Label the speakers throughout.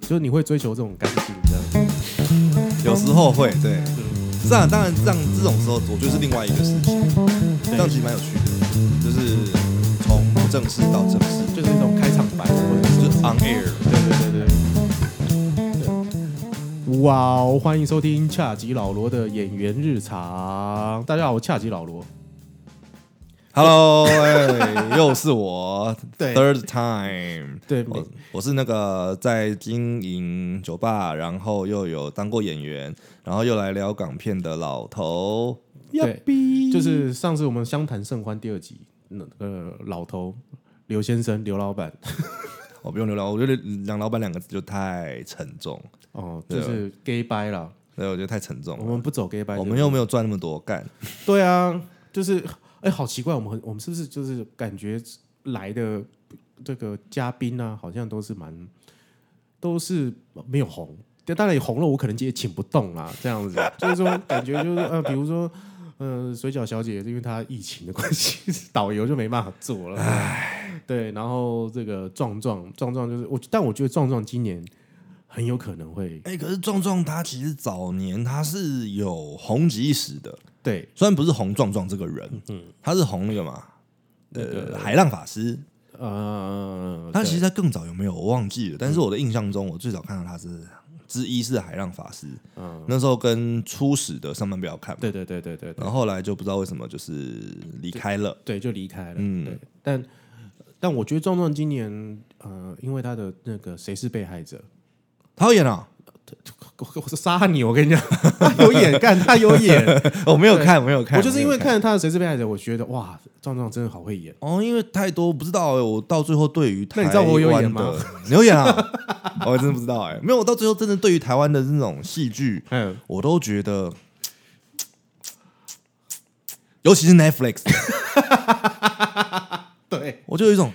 Speaker 1: 就是你会追求这种干净这样。
Speaker 2: 有时候会对
Speaker 1: 嗯，
Speaker 2: 这样当然这样这种时候，我觉得是另外一个事情，这样
Speaker 1: 对
Speaker 2: 其实蛮有趣的，就是从不正式到正式，
Speaker 1: 就是那种开场白，或者
Speaker 2: 就是是 on air。
Speaker 1: 对对对对。哇哦！欢迎收听恰吉老罗的演员日常。大家好，我恰吉老罗。
Speaker 2: Hello，哎，又是我
Speaker 1: 对
Speaker 2: ，third time。
Speaker 1: 对，
Speaker 2: 我我是那个在经营酒吧，然后又有当过演员，然后又来聊港片的老头。
Speaker 1: 对
Speaker 2: 逼
Speaker 1: 就是上次我们相谈甚欢第二集，那个老头刘先生刘老板
Speaker 2: 我哦不用流浪，我觉得“梁老板”两个字就太沉重，
Speaker 1: 哦，
Speaker 2: 对
Speaker 1: 就
Speaker 2: 啊
Speaker 1: 是 gay bye 啦。
Speaker 2: 对，我觉得太沉重
Speaker 1: 哦我
Speaker 2: 了。
Speaker 1: 们不走 gay bye，
Speaker 2: 我
Speaker 1: 就
Speaker 2: 们又没有赚那么多，干
Speaker 1: 对啊，就是哎、好奇怪，我们很我们是不是就是感觉来的这个嘉宾啊，好像都是蛮都是没有红，但当然也红了，我可能也请不动啦，这样子，就是说感觉就是呃，比如说。呃，水饺小姐，因为她疫情的关系， 导游就没办法做了。对，然后这个壮壮，壮壮就是我，但我觉得壮壮今年很有可能会
Speaker 2: 哎、可是壮壮他其实早年他是有红极一时的，
Speaker 1: 对
Speaker 2: 虽然不是红壮壮这个人，
Speaker 1: 嗯
Speaker 2: 他是红那个嘛，呃，海浪法师。
Speaker 1: 呃，
Speaker 2: 他
Speaker 1: 对嗯
Speaker 2: 其实在更早有没有我忘记了，但是我的印象中，我最早看到他是之一是海浪法师，
Speaker 1: 嗯
Speaker 2: 那时候跟初始的上班不要看嘛，
Speaker 1: 对对对对对对
Speaker 2: 然后后来就不知道为什么就是离开了，
Speaker 1: 对，就离开了。
Speaker 2: 嗯
Speaker 1: 对，但但我觉得壮壮今年呃，因为他的那个谁是被害者，
Speaker 2: 他有演啊，
Speaker 1: 我我是杀你，我跟你讲， 他有演，干他有演，
Speaker 2: 哦我没有看，我没 有看，
Speaker 1: 我就是因为
Speaker 2: 没有
Speaker 1: 看了他的谁是被害者，我觉得哇，壮壮真的好会演。
Speaker 2: 哦，因为太多不知道欸、我到最后对于
Speaker 1: 那你知道我有
Speaker 2: 台湾
Speaker 1: 演吗
Speaker 2: 的？ 你有演啊？我真的不知道哎、没有，我到最后真的对于台湾的这种戏剧，
Speaker 1: 嗯，
Speaker 2: 我都觉得，尤其是 Netflix，
Speaker 1: 对，
Speaker 2: 我就有一种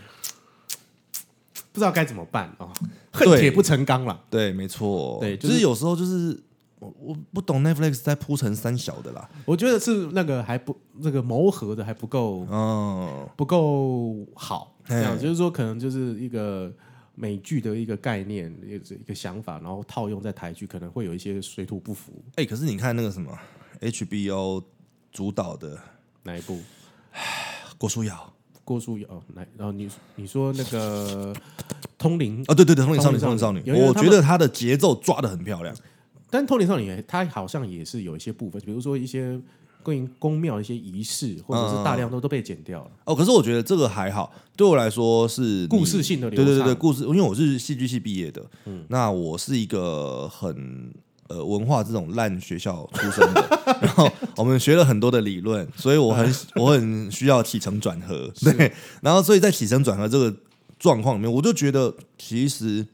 Speaker 1: 不知道该怎么办啊、哦，恨
Speaker 2: 对
Speaker 1: 铁不成钢了。
Speaker 2: 对，没错，
Speaker 1: 对
Speaker 2: 就、
Speaker 1: 就是是
Speaker 2: 有时候就是我我不懂 Netflix 在铺成三小的啦，
Speaker 1: 我觉得是那个还不那个谋合的还不够
Speaker 2: 嗯，
Speaker 1: 不够好，
Speaker 2: 嘿
Speaker 1: 这样就是说可能就是一个美剧的一个概念，一个一个想法，然后套用在台剧可能会有一些水土不服。
Speaker 2: 哎、可是你看那个什么 HBO 主导的
Speaker 1: 哪一部？
Speaker 2: 郭书瑶
Speaker 1: 郭书瑶哦，哪？然后你你说那个 通灵，
Speaker 2: 啊，对对对，通灵少女，通
Speaker 1: 通
Speaker 2: 灵
Speaker 1: 灵
Speaker 2: 少
Speaker 1: 少
Speaker 2: 女
Speaker 1: 女，
Speaker 2: 我
Speaker 1: 有他们
Speaker 2: 觉得她的节奏抓的很漂亮，
Speaker 1: 但通灵少女它好像也是有一些部分，比如说一些关于宫庙的一些仪式，或者是大量都都被剪掉了，
Speaker 2: 哦，可是我觉得这个还好，对我来说是你
Speaker 1: 故事性的流
Speaker 2: 嗯对
Speaker 1: 畅。嗯
Speaker 2: 对对对，故事，因为我是戏剧系毕业的，那我是一个很呃文化这种烂学校出身的， 然后我们学了很多的理论，所以 我很我很需要起承转合，对，然后所以在起承转合这个状况里面，我就觉得其实《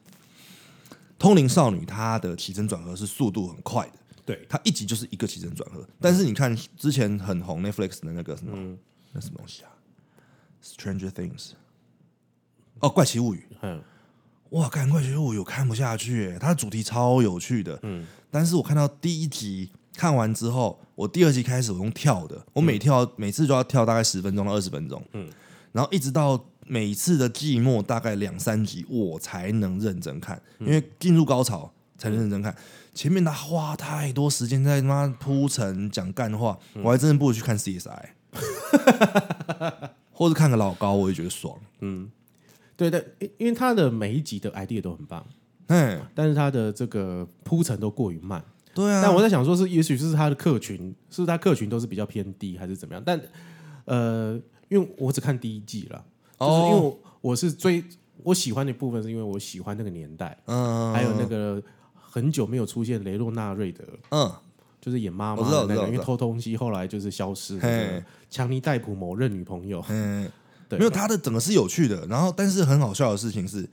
Speaker 2: 通灵少女》她的起承转合是速度很快的，
Speaker 1: 对
Speaker 2: 它一集就是一个起承转合，但是你看之前很红 Netflix 的那个什么，那什么东西啊，《Stranger Things》哦，《怪奇物语》。
Speaker 1: 嗯，
Speaker 2: 哇，看《怪奇物语》我看不下去耶，它的主题超有趣的。嗯，但是我看到第一集看完之后，我第二集开始我用跳的，我每跳、每次就要跳大概十分钟到二十分钟。嗯，然后一直到每一次的季末大概两三集，我才能认真看，因为进入高潮才能认真看。前面他花太多时间在他妈铺陈讲干话，
Speaker 1: 嗯
Speaker 2: 我还真的不如去看 CSI，或者看个老高，我也觉得爽。
Speaker 1: 对对，因因为它的每一集的 idea 都很棒，
Speaker 2: 嗯，
Speaker 1: 但是它的这个铺陈都过于慢。
Speaker 2: 对啊，
Speaker 1: 但我在想说是，也许是他的客群，是不是他客群都是比较偏低，还是怎么样？但呃，因为我只看第一季了，就是
Speaker 2: 哦
Speaker 1: 因为我我是追我喜欢的部分，是因为我喜欢那个年代，
Speaker 2: 嗯，
Speaker 1: 还有那个很久没有出现雷诺纳瑞德，
Speaker 2: 嗯。
Speaker 1: 就是演妈妈
Speaker 2: 我知道
Speaker 1: 的那
Speaker 2: 我知道
Speaker 1: 个，因为偷东西后来就是消失的那
Speaker 2: 嘿
Speaker 1: 个强尼戴普某任女朋友，
Speaker 2: 嗯，
Speaker 1: 对
Speaker 2: 没有他的整个是有趣的。然后，但是很好笑的事情是，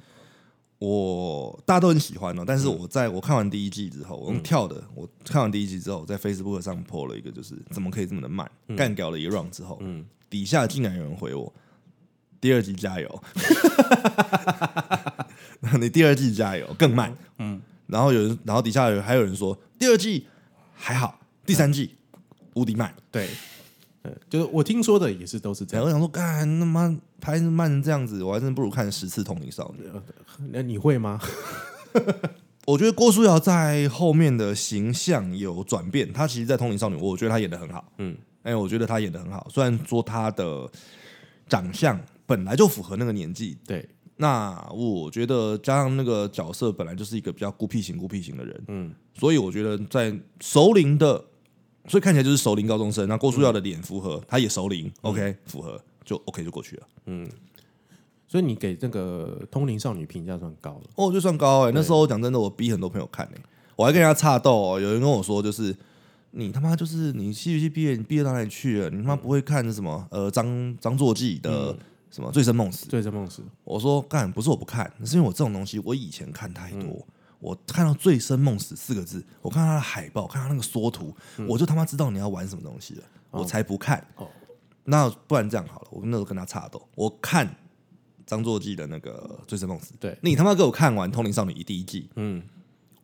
Speaker 2: 我大家都很喜欢哦。但是我在我看完第一季之后，我用跳的，我看完第一季之后，我在 Facebook 上 po 了一个，就是怎么可以这么的慢，干掉了一 round 之后，
Speaker 1: 嗯
Speaker 2: 底下竟然有人回我。第二季加油， 你第二季加油更慢，嗯，然后有人，然后底下有还有人说第二季还好，第三季无敌慢，
Speaker 1: 对，呃就是我听说的也是都是这
Speaker 2: 然
Speaker 1: 样。
Speaker 2: 后我想说，干他妈拍慢成这样子，我还真不如看十次《通灵少女》。
Speaker 1: 那你会吗？
Speaker 2: 我觉得郭书瑶在后面的形象有转变，她其实，在《通灵少女》，我觉得她演的很好。嗯，哎、我觉得她演的很好，虽然说她的长相本来就符合那个年纪，
Speaker 1: 对，
Speaker 2: 那我觉得加上那个角色本来就是一个比较孤僻型、孤僻型的人，嗯，所以我觉得在熟龄的，所以看起来就是熟龄高中生。那郭书瑶的脸符合，她也熟龄、o k 符合就 OK 就过去了。
Speaker 1: 所以你给那个通灵少女评价算高了。
Speaker 2: 哦，就算高哎、那时候讲真的，我逼很多朋友看哎、我还跟人家差斗哦。有人跟我说，就是你他妈就是你戏剧系毕业，你毕业到哪里去了？你他妈不会看什么呃张张作骥的什么《醉生梦死》
Speaker 1: 醉生梦死，
Speaker 2: 我说干，不是我不看，是因为我这种东西我以前看太多，
Speaker 1: 嗯
Speaker 2: 我看到“醉生梦死”四个字，我看到它的海报，看到那个缩图，我就他妈知道你要玩什么东西了，我才不看。
Speaker 1: 嗯哦
Speaker 2: 那不然这样好了，我那时候跟他差斗，我看张作骥的那个《醉生梦死》，
Speaker 1: 对
Speaker 2: 你他妈给我看完《通灵少女》一第一季，嗯。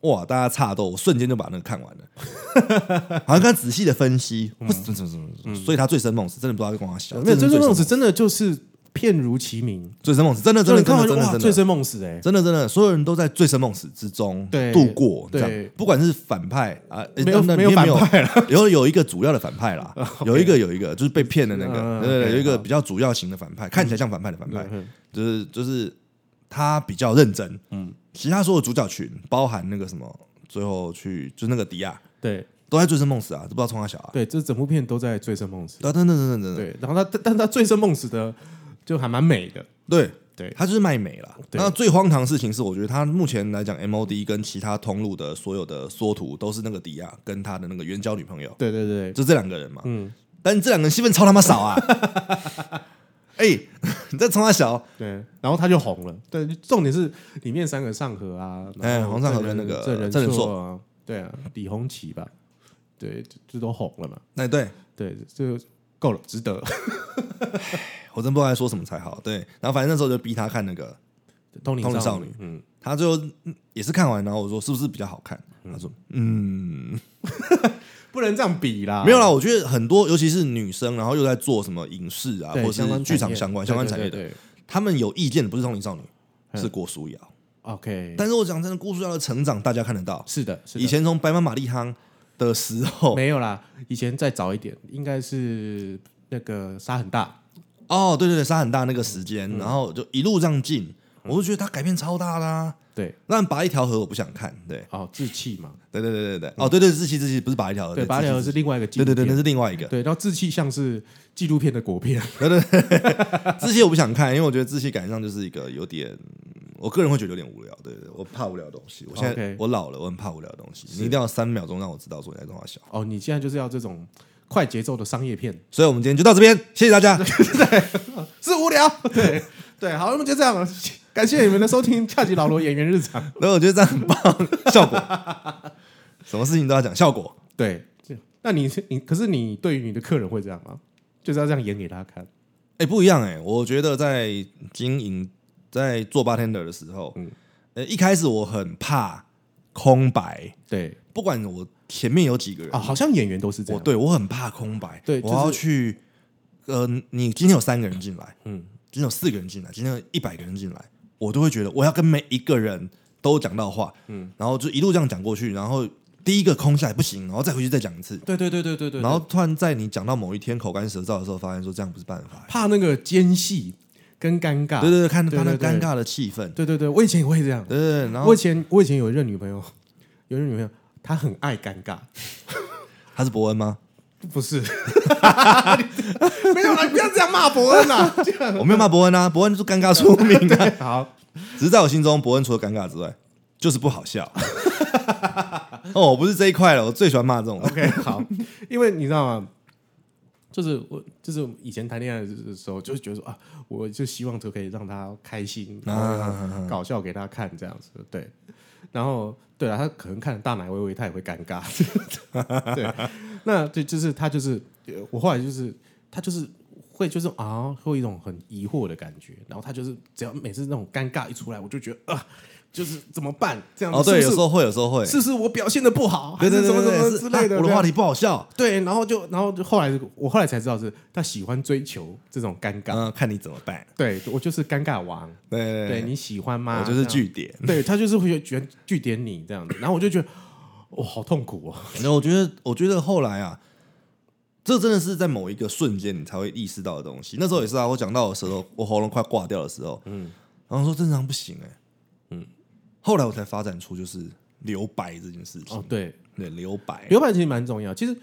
Speaker 2: 哇！大家差斗，我瞬间就把那个看完了， 好像跟他仔细的分析，不是怎么怎么怎么怎么，所以他醉生梦死，真的不知道在跟我想。
Speaker 1: 嗯没有醉生梦死
Speaker 2: 死，
Speaker 1: 真的就是片如其名，
Speaker 2: 醉生梦死，真的真
Speaker 1: 就
Speaker 2: 的
Speaker 1: 你看
Speaker 2: 真的
Speaker 1: 完
Speaker 2: 真的
Speaker 1: 哇，
Speaker 2: 真的
Speaker 1: 醉生梦死哎，
Speaker 2: 真的真的，所有人都在醉生梦死之中
Speaker 1: 对
Speaker 2: 度过，这
Speaker 1: 对
Speaker 2: 样不管是反派啊，呃
Speaker 1: 没有
Speaker 2: 那那
Speaker 1: 没有
Speaker 2: 里面
Speaker 1: 反派了，
Speaker 2: 有有一个主要的反 派啦，有一个有一个就是被骗的那
Speaker 1: 嗯
Speaker 2: 个，对对
Speaker 1: ，OK，
Speaker 2: 对，有一个
Speaker 1: 好
Speaker 2: 比较主要型的反派，看起来像反派的反派
Speaker 1: 嗯嗯，
Speaker 2: 就是就是他比较认真，嗯，其他所有主角群，包含那个什么，最后去就是那个迪亚
Speaker 1: 对
Speaker 2: 都在醉生梦死啊，都不知道冲他小啊，
Speaker 1: 对，这整部片都在醉生梦死，
Speaker 2: 对啊，真的真的真的，
Speaker 1: 对，然后他但但他醉生梦死的就还蛮美的，
Speaker 2: 对
Speaker 1: 对
Speaker 2: 他就是卖美啦。
Speaker 1: 对
Speaker 2: 那最荒唐的事情是，我觉得他目前来讲，MOD 跟其他通路的所有的缩图都是那个迪亚跟他的那个援交女朋友，
Speaker 1: 对对对，
Speaker 2: 就这两个人嘛。
Speaker 1: 嗯，
Speaker 2: 但是这两个人戏份超他 妈少啊！哎、 你在冲他小，
Speaker 1: 对，然后他就红了。对，重点是里面三个上河啊，然后
Speaker 2: 哎黄上河跟那个
Speaker 1: 郑仁
Speaker 2: 郑仁
Speaker 1: 硕啊，对啊，李红旗吧，对，这这都红了嘛，
Speaker 2: 哎、对
Speaker 1: 对，这够了，值得。
Speaker 2: 我真不知道该说什么才好。对，然后反正那时候就逼他看那个，
Speaker 1: 通灵
Speaker 2: 通灵少
Speaker 1: 女
Speaker 2: 女，
Speaker 1: 嗯，
Speaker 2: 他最后嗯也是看完，然后我说是不是比较好看？他说嗯，
Speaker 1: 不能这样比啦，
Speaker 2: 没有啦，我觉得很多，尤其是女生，然后又在做什么影视啊，
Speaker 1: 对，
Speaker 2: 或是
Speaker 1: 相关
Speaker 2: 剧
Speaker 1: 产
Speaker 2: 场
Speaker 1: 业
Speaker 2: 相关
Speaker 1: 对
Speaker 2: 相关
Speaker 1: 对
Speaker 2: 产业的
Speaker 1: 对，对
Speaker 2: 他们有意见的不是通灵少女，
Speaker 1: 嗯
Speaker 2: 是郭书瑶。
Speaker 1: ，OK，
Speaker 2: 但是我讲真的，郭书瑶的成长大家看得到，
Speaker 1: 是的，是的
Speaker 2: 以前哦从白马玛丽夯的时候，
Speaker 1: 没有啦，以前再早一点，应该是那个沙很大，
Speaker 2: 哦，对对对，杀很大那个时间，
Speaker 1: 嗯
Speaker 2: 然后就一路这样进，我就觉得他改变超大啦。
Speaker 1: 对，
Speaker 2: 但拔一条河我不想看，对
Speaker 1: 哦，志气嘛，
Speaker 2: 对对对对对，哦对对，志气志气不是拔一条河，
Speaker 1: 嗯对，拔
Speaker 2: 志气
Speaker 1: 聊是另外一个纪
Speaker 2: 哦对
Speaker 1: 录
Speaker 2: 对对，那
Speaker 1: 片
Speaker 2: 是另外一 个
Speaker 1: 对，然后志气像是纪录片的国片，
Speaker 2: 志气我不想看，因为我觉得志气感觉上就是一个有点，我个人会觉得有点无聊，对对，对我怕无聊的东西，我现在
Speaker 1: 哦 OK
Speaker 2: 我老了，我很怕无聊的东西，你一定要三秒钟让我知道说你在跟我笑，
Speaker 1: 哦，你现在就是要这种快节奏的商业片，
Speaker 2: 所以我们今天就到这边，谢谢大家。
Speaker 1: 是无聊。对对，好，那么就这样了，感谢你们的收听，下集老罗演员日常。
Speaker 2: 然后我觉得这样很棒，效果， 什么事情都要讲效果。
Speaker 1: 对， 那你是你，可是你对于你的客人会这样吗？就是要这样演给他看。
Speaker 2: 哎、不一样哎、我觉得在经营在做 bartender 的时候，嗯，呃，一开始我很怕空白，
Speaker 1: 对
Speaker 2: 不管我前面有几个人，
Speaker 1: 啊、好像演员都是这
Speaker 2: 我
Speaker 1: 样。
Speaker 2: 对我很怕空白，
Speaker 1: 对就是
Speaker 2: 我要去，呃，你今天有三个人进来，
Speaker 1: 嗯
Speaker 2: 嗯，今天有四个人进来，今天有一百个人进来，我都会觉得我要跟每一个人都讲到话，嗯，然后就一路这样讲过去，然后第一个空下来不行，然后再回去再讲一次，
Speaker 1: 对对对对对对
Speaker 2: 然后突然在你讲到某一天口干舌燥的时候，发现说这样不是办法。
Speaker 1: 怕那个间隙跟尴尬。
Speaker 2: 对对对，看
Speaker 1: 对
Speaker 2: 看那
Speaker 1: 对对
Speaker 2: 尴尬的气氛，
Speaker 1: 对对对我以前也会这样。
Speaker 2: 对对对，然
Speaker 1: 我
Speaker 2: 后
Speaker 1: 以前我以前有一任女朋友，有一任女朋友，她很爱尴尬。
Speaker 2: 他是伯 恩吗？
Speaker 1: 不是，没有啦，你不要这样骂伯恩啦。这样
Speaker 2: 我没有骂伯恩啊，伯恩就是尴尬出名 啊。
Speaker 1: 好，
Speaker 2: 只是在我心中，伯恩除了尴尬之外，就是不好 笑。哦，我不是这一块了，我最喜欢骂这 种。
Speaker 1: OK，好，因为你知道吗？就是我，就是以前谈恋爱的时候，就是觉得说啊，我就希望就可以让他开心，然
Speaker 2: 啊
Speaker 1: 后让他搞笑给他看这样子，对。然后对啊，他可能看大奶微微，他也会尴尬。 对，那对，就是他就是呃我后来就是他就是会就是啊，会有一种很疑惑的感觉。然后他就是只要每次那种尴尬一出来，我就觉得啊，就是怎么办？这样子
Speaker 2: 哦，对，
Speaker 1: 是
Speaker 2: 有
Speaker 1: 不
Speaker 2: 时
Speaker 1: 是
Speaker 2: 候会，有时候会，
Speaker 1: 是不是我表现的不好，
Speaker 2: 对对对
Speaker 1: 还是怎么
Speaker 2: 对对，
Speaker 1: 怎么之
Speaker 2: 是
Speaker 1: 类的？
Speaker 2: 啊我的话
Speaker 1: 题
Speaker 2: 题不好笑，
Speaker 1: 对，然后就然后就后来我后来才知道是他喜欢追求这种尴尬，
Speaker 2: 嗯，看你怎么办。
Speaker 1: 对我就是尴尬王，
Speaker 2: 对对
Speaker 1: 对，你喜欢吗？
Speaker 2: 我就是
Speaker 1: 这样，
Speaker 2: 据点。
Speaker 1: 对他就是会觉得据点你这样子，然后我就觉得哇、好痛苦哦，
Speaker 2: 然后我觉得，我觉得后来啊，这真的是在某一个瞬间你才会意识到的东西。那时候也是啊，我讲到我舌头，我喉咙快挂掉的时候，嗯，然后说正常不行哎、嗯，后来我才发展出就是留白这件事情。
Speaker 1: 哦对，
Speaker 2: 对，留白，
Speaker 1: 留白其实蛮重要。其实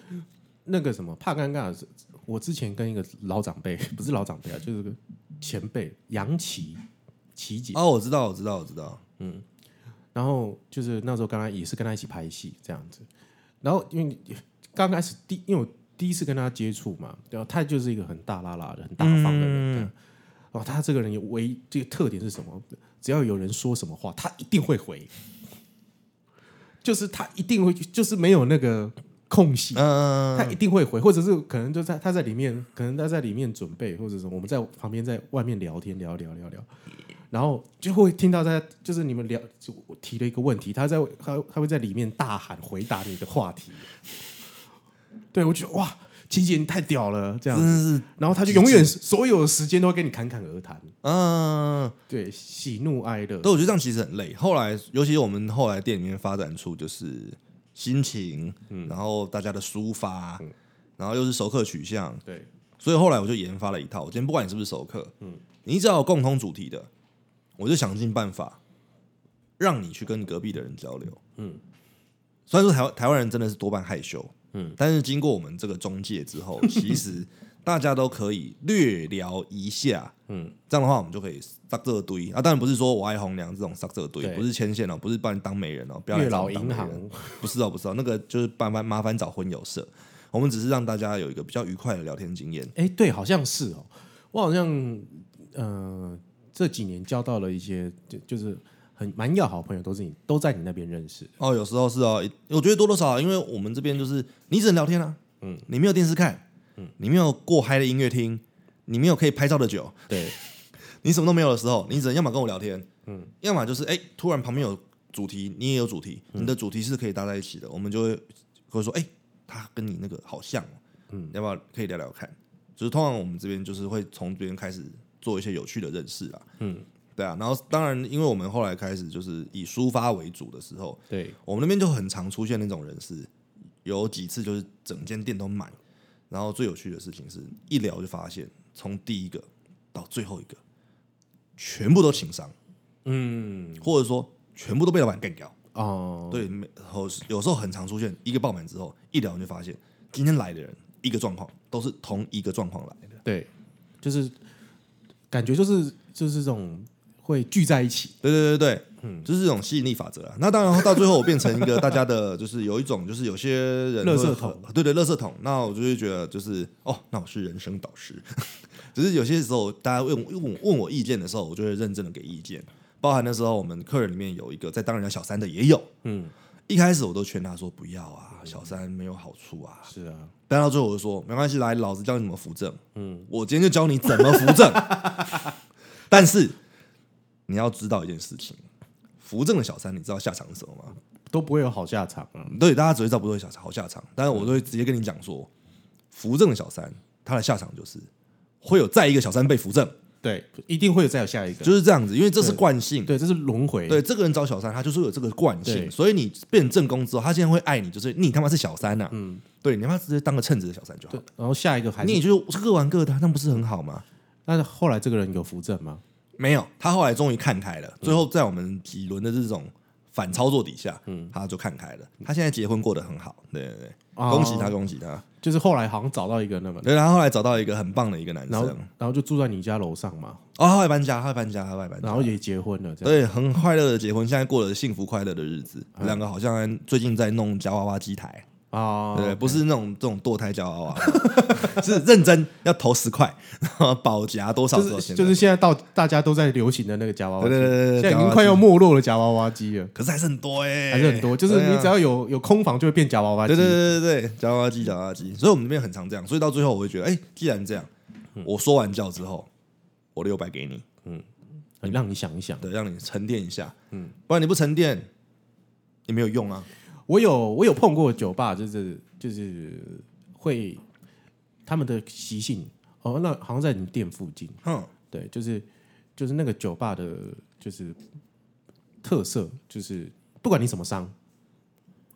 Speaker 1: 那个什么怕尴尬的是，我之前跟一个老长辈， 不是老长辈啊，就是个前辈杨琪琪姐，
Speaker 2: 哦，我知道，我知道，我知道。
Speaker 1: 然后就是那时候跟他也是跟他一起拍戏这样子，然后因为刚开始第因为我第一次跟他接触嘛，对吧、他就是一个很大拉拉的、很大方的人。嗯哦，他这个人有唯一这个特点是什么？只要有人说什么话，他一定会回，就是他一定会，就是没有那个空隙，
Speaker 2: 嗯、
Speaker 1: 他一定会回，或者是可能就在他在里面，可能他在里面准备，或者是我们在旁边在外面聊天聊聊聊聊，然后就会听到他就是你们聊就我提了一个问题，他在他他会在里面大喊回答你的话题，对我觉得哇，琪姐你太屌了这样
Speaker 2: 真
Speaker 1: 子，
Speaker 2: 的是，
Speaker 1: 然后他就永远所有的时间都会跟你侃侃而谈，
Speaker 2: 嗯、
Speaker 1: 对，喜怒哀乐
Speaker 2: 对，，我觉得这样其实很累。后来，尤其是我们后来店里面发展出就是心情，然后大家的抒发，然后又是熟客取向，
Speaker 1: 对，
Speaker 2: 所以后来我就研发了一套。我今天不管你是不是熟客，嗯，你只要有共同主题的，我就想尽办法让你去跟隔壁的人交流。嗯，虽然说台湾台湾人真的是多半害羞，嗯，但是经过我们这个中介 之后，其实大家都可以略聊一下。嗯，这样的话我们就可以撒这个堆啊。当然不是说我爱红娘这种撒这个堆，
Speaker 1: 对
Speaker 2: 不是牵线哦，不是把你当媒人哦，不要来
Speaker 1: 月
Speaker 2: 找
Speaker 1: 老
Speaker 2: 我当媒
Speaker 1: 银
Speaker 2: 人
Speaker 1: 行，
Speaker 2: 不是哦，不是哦，那个就是麻烦麻烦找婚友社。我们只是让大家有一个比较愉快的聊天经验。
Speaker 1: 哎，对，好像是哦，我好像呃这几年交到了一些就就是很蛮要好的朋友，都是你都在你那边认识的，
Speaker 2: 哦，有时候是哦，我觉得多多少少，因为我们这边就是你只能聊天啊，嗯，你没有电视看，嗯，你没有过嗨的音乐厅，你没有可以拍照的酒，
Speaker 1: 对，
Speaker 2: 你什么都没有的时候，你只能要么跟我聊天，嗯，要么就是哎、突然旁边有主题，你也有主题，你的主题是可以搭在一起的，我们就会会说，哎、他跟你那个好像、哦，嗯，要不要可以聊聊看？就是通常我们这边就是会从这边开始做一些有趣的认识啦，嗯，对啊，然后当然，因为我们后来开始就是以抒发为主的时候，
Speaker 1: 对，
Speaker 2: 我们那边就很常出现那种人是，有几次就是整间店都满，然后最有趣的事情是一聊就发现，从第一个到最后一个，全部都情商，嗯，或者说全部都被老板干掉。
Speaker 1: 哦、
Speaker 2: 对，没后有时候很常出现一个爆满之后，一聊你就发现今天来的人一个状况都是同一个状况来的。
Speaker 1: 对，就是感觉就是就是这种会聚在一起，
Speaker 2: 对对对对，嗯，就是这种吸引力法则啊。那当然到最后我变成一个大家的，就是有一种就是有些人
Speaker 1: 垃圾
Speaker 2: 会
Speaker 1: 桶，
Speaker 2: 对对，垃圾桶。那我就会觉得就是哦，那我是人生导师， 只是有些时候大家问我问我问我意见的时候，我就会认真的给意见。包含那时候我们客人里面有一个在当人家小三的也有，
Speaker 1: 嗯，
Speaker 2: 一开始我都劝他说不要啊，小三没有好处啊，
Speaker 1: 是啊，
Speaker 2: 但到最后我就说没关系，来，老子教你怎么扶正。嗯，我今天就教你怎么扶正。 但是你要知道一件事情，扶正的小三，你知道下场是什么吗？
Speaker 1: 都不会有好下场啊，
Speaker 2: 对，大家只会知道不会有小好下场，但是我都会直接跟你讲说，扶正的小三，他的下场就是会有再一个小三被扶正，
Speaker 1: 对，一定会有再有下一个，
Speaker 2: 就是这样子，因为这是惯性。
Speaker 1: 对，这是轮回，
Speaker 2: 对，这个人找小三，他就是有这个惯性，
Speaker 1: 对
Speaker 2: 所以你变正宫之后，他现在会爱你，就是你他妈是小三呐、嗯，对，你他妈直接当个称职的小三就好
Speaker 1: 对，，然后下一个还
Speaker 2: 你
Speaker 1: 是，
Speaker 2: 也就是各玩各的啊，那不是很好吗？
Speaker 1: 但是后来这个人有扶正吗？
Speaker 2: 没有，他后来终于看开了。最后在我们几轮的这种反操作底下，嗯，他就看开了。他现在结婚过得很好，对对对，
Speaker 1: 哦
Speaker 2: 恭喜他，恭喜他。
Speaker 1: 就是后来好像找到一个那么，
Speaker 2: 对，啊然后后来找到一个很棒的一个男
Speaker 1: 然
Speaker 2: 生
Speaker 1: 后，然后就住在你家楼上嘛，
Speaker 2: 哦，他会搬家，他会搬家，他会搬家，
Speaker 1: 然后也结婚了，这样。
Speaker 2: 对，很快乐的结婚，现在过了幸福快乐的日子。
Speaker 1: 嗯
Speaker 2: 两个好像最近在弄夹娃娃机台，
Speaker 1: 啊，
Speaker 2: 对，不是那种这种堕胎夹娃娃， 是认真要投十块，然后保夹多少
Speaker 1: 就
Speaker 2: 多
Speaker 1: 是
Speaker 2: 少
Speaker 1: 就是现在到大家都在流行的那个夹娃娃机，
Speaker 2: 对对对对
Speaker 1: 现在
Speaker 2: 对
Speaker 1: 已
Speaker 2: 夹娃
Speaker 1: 经
Speaker 2: 娃
Speaker 1: 快
Speaker 2: 机
Speaker 1: 要没落了夹娃娃机了，
Speaker 2: 可是还是很多哎、
Speaker 1: 还是很多，就是
Speaker 2: 对啊
Speaker 1: 你只要有有空房就会变夹娃娃机，
Speaker 2: 对对对对对，夹娃娃机，夹娃娃机。所以我们那边很常这样，所以到最后我会觉得，哎、既然这样，我说完教之后，我六百给你，嗯，
Speaker 1: 呃让你想一想。
Speaker 2: 对，让你沉淀一下，嗯，不然你不沉淀也没有用啊。
Speaker 1: 我有我有碰过酒吧，就是就是会他们的习性哦，那好像在你店附近，
Speaker 2: 哼，
Speaker 1: 对，就是就是那个酒吧的，就是特色，就是不管你什么伤，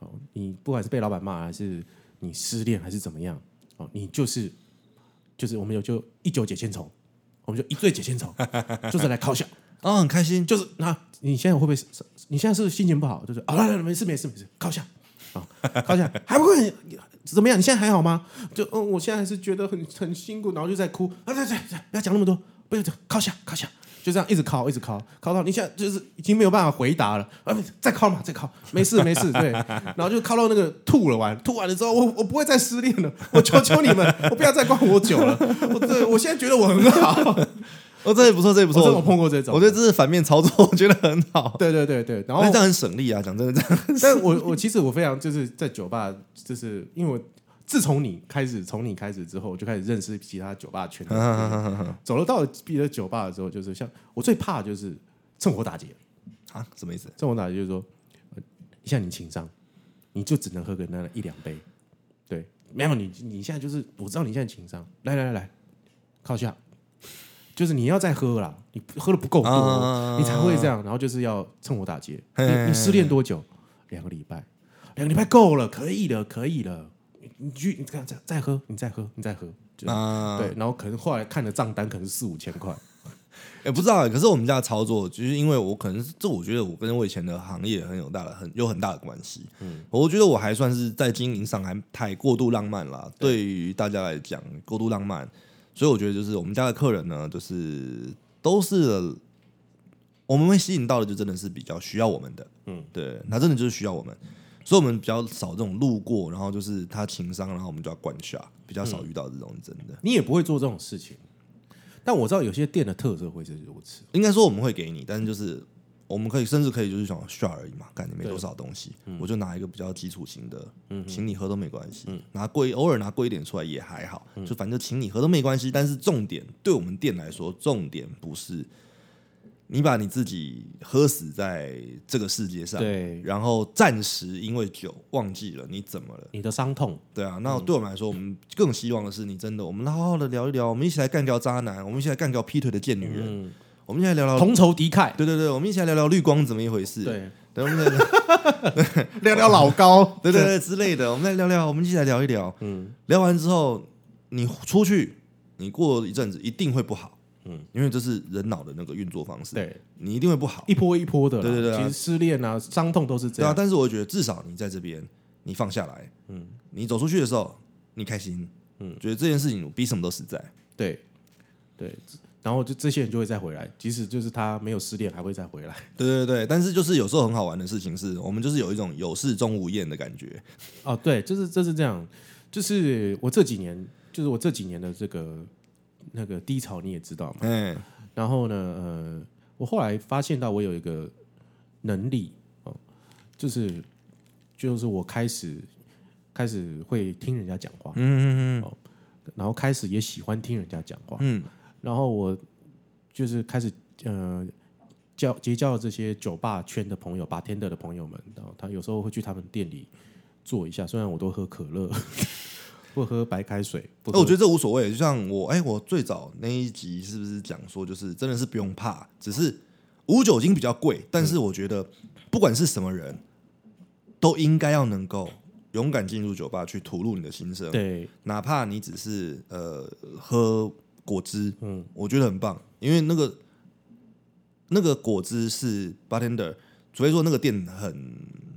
Speaker 1: 哦，你不管是被老板骂，还是你失恋，还是怎么样，哦，你就是就是我们有就一酒解千愁，我们就一醉解千愁，就是来 靠笑，
Speaker 2: 哦，很开心，
Speaker 1: 就是那、你现在会不会是？你现在是不是心情不好？就是啊，来来来没事没事没事，靠下啊，靠下，还不会怎么样？你现在还好吗？就嗯，我现在还是觉得很很辛苦，然后就在哭啊，对对对，不要讲那么多，不要讲，靠下靠下，就这样一直靠一直靠，靠到你现在就是已经没有办法回答了啊，再靠嘛再靠，没事没事，对，然后就靠到那个吐了完，吐完了之后，我我不会再失恋了，我求求你们，我不要再灌我酒了，我对我现在觉得我很好，
Speaker 2: 哦，这也不错，这也不
Speaker 1: 我
Speaker 2: 错，
Speaker 1: 真的有
Speaker 2: 我
Speaker 1: 碰过这种，
Speaker 2: 我觉得这是反面操作，我觉得很好，
Speaker 1: 对对对对，然后
Speaker 2: 而且这样很省力啊。讲真的，这样
Speaker 1: 但我我其实我非常就是在酒吧，就是因为我自从你开始，从你开始之后，我就开始认识其他酒吧圈的
Speaker 2: 嗯
Speaker 1: 人。走了到别的酒吧的时候，就是像我最怕就是趁火打劫，
Speaker 2: 啊，什么意思？
Speaker 1: 趁火打劫就是说，呃像你情商，你就只能喝个那一两杯，对，没有你你现在就是我知道你现在情商，来来来来，靠下，就是你要再喝啦，你喝的不够多，
Speaker 2: 啊
Speaker 1: 你才会这样，然后就是要趁火打劫。
Speaker 2: 嘿
Speaker 1: 你你失恋多久？两个礼拜，两个礼拜够了，可以了，可以了。你你去，你看再再喝，你再喝，你再喝，就
Speaker 2: 啊，
Speaker 1: 对。然后可能后来看了账单，可能是四五千块。
Speaker 2: 也不知道欸。可是我们家的操作，就是因为我可能是这，我觉得我跟我以前的行业很有大的很有很大的关系。嗯，我觉得我还算是在经营上还太过度浪漫啦，对于大家来讲过度浪漫，所以我觉得就是我们家的客人呢，就是都是我们会吸引到的，就真的是比较需要我们的。嗯，对，他真的就是需要我们。所以我们比较少这种路过，然后就是他情商，然后我们就要灌下，比较少遇到这种真的。
Speaker 1: 你也不会做这种事情，但我知道有些店的特色会是如此。
Speaker 2: 应该说我们会给你，但是就是我们可以甚至可以就是想 share 而已嘛，干你没多少东西，我就拿一个比较基础型的，请你喝都没关系，拿贵偶尔拿贵一点出来也还好，就反正就请你喝都没关系。但是重点对我们店来说，重点不是你把你自己喝死在这个世界上，
Speaker 1: 对，
Speaker 2: 然后暂时因为酒忘记了你怎么了。
Speaker 1: 你的伤痛，
Speaker 2: 对啊，那对我们来说，我们更希望的是你真的，我们好好的聊一聊，我们一起来干掉渣男，我们一起来干掉劈腿的贱女人，我们一起来聊聊
Speaker 1: 同仇敌忾。
Speaker 2: 对对对，我们一起来聊聊绿光怎么一回事。，
Speaker 1: 对，
Speaker 2: 对，我们 来聊，
Speaker 1: 聊聊老高。
Speaker 2: 对对对之类的，我们来聊聊，我们一起来聊一聊。嗯，聊完之后，你出去，你过一阵子一定会不好。嗯，因为这是人脑的那个运作方 式，
Speaker 1: 对，
Speaker 2: 你一定会不好。
Speaker 1: 一波一波的啦。
Speaker 2: 对对对啊
Speaker 1: 其实失恋啊，伤痛都是这
Speaker 2: 对啊，
Speaker 1: 样。
Speaker 2: 但是我觉得至少你在这边，你放下来，嗯，你走出去的时候，你开心，嗯，觉得这件事情比什么都实在。
Speaker 1: 对，对，然后就这些人就会再回来，即使就是他没有失恋，还会再回 来。
Speaker 2: 对对对，但是就是有时候很好玩的事情是，我们就是有一种有事钟无艳的感觉。
Speaker 1: 哦，对，就是就是这样，就是我这几年，就是我这几年的这个那个低潮，你也知道嘛。
Speaker 2: 嗯，
Speaker 1: 然后呢，呃，我后来发现到我有一个能力哦，就是就是我开始开始会听人家讲话，嗯嗯嗯，哦，然后开始也喜欢听人家讲话，嗯，然后我就是开始呃。交结交了这些酒吧圈的朋友、吧 tender 的朋友们，然后他有时候会去他们店里坐一下。虽然我都喝可乐， 不喝白开水，不
Speaker 2: 那
Speaker 1: 喝
Speaker 2: 哎我觉得这无所谓，就像我，哎、我最早那一集是不是讲说，就是真的是不用怕，只是无酒精比较贵，但
Speaker 1: 嗯
Speaker 2: 是我觉得不管是什么人，都应该要能够勇敢进入酒吧去吐露你的心声，
Speaker 1: 对
Speaker 2: 哪怕你只是呃喝果汁，嗯，我觉得很棒，因为那个那个果汁是 bartender，除非说那个店很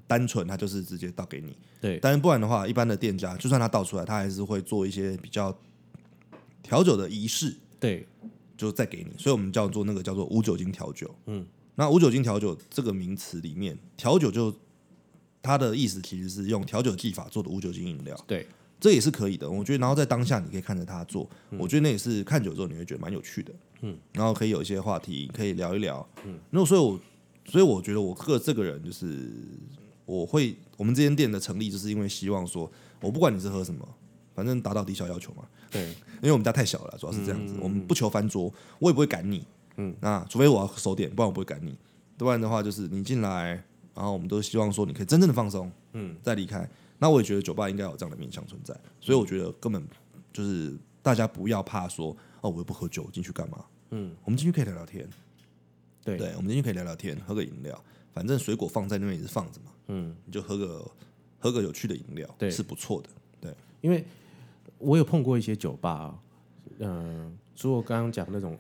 Speaker 2: 单纯，他就是直接倒给你，
Speaker 1: 对
Speaker 2: 但是不然的话，一般的店家就算他倒出来，他还是会做一些比较调酒的仪式，
Speaker 1: 对，
Speaker 2: 就再给你。所以我们叫做那个叫做无酒精调酒。嗯，那无酒精调酒这个名词里面，调酒就它的意思其实是用调酒技法做的无酒精饮料，
Speaker 1: 对，
Speaker 2: 这也是可以的。我觉得，然后在当下你可以看着他做，我觉得那也是看久之后你会觉得蛮有趣的。嗯，然后可以有一些话题可以聊一聊。嗯，那所以我所以我觉得我个这个人就是我会我们这间店的成立，就是因为希望说我不管你是喝什么，反正达到低效要求嘛。
Speaker 1: 对，
Speaker 2: 因为我们家太小了，主要是这样子，我们不求翻桌，我也不会赶你，嗯，那除非我要手点，不然我不会赶你。不然的话，就是你进来，然后我们都希望说你可以真正的放松，嗯，再离开。那我也觉得酒吧应该有这样的面向存在，所以我觉得根本就是大家不要怕说哦，我又不喝酒进去干嘛？嗯，我们进去可以聊聊天，
Speaker 1: 对
Speaker 2: 对，我们进去可以聊聊天，喝个饮料，反正水果放在那边也是放着嘛，嗯，你就喝个喝个有趣的饮料，
Speaker 1: 对
Speaker 2: 是不错的，对，
Speaker 1: 因为我有碰过一些酒吧、啊，嗯、除了我刚刚讲那种，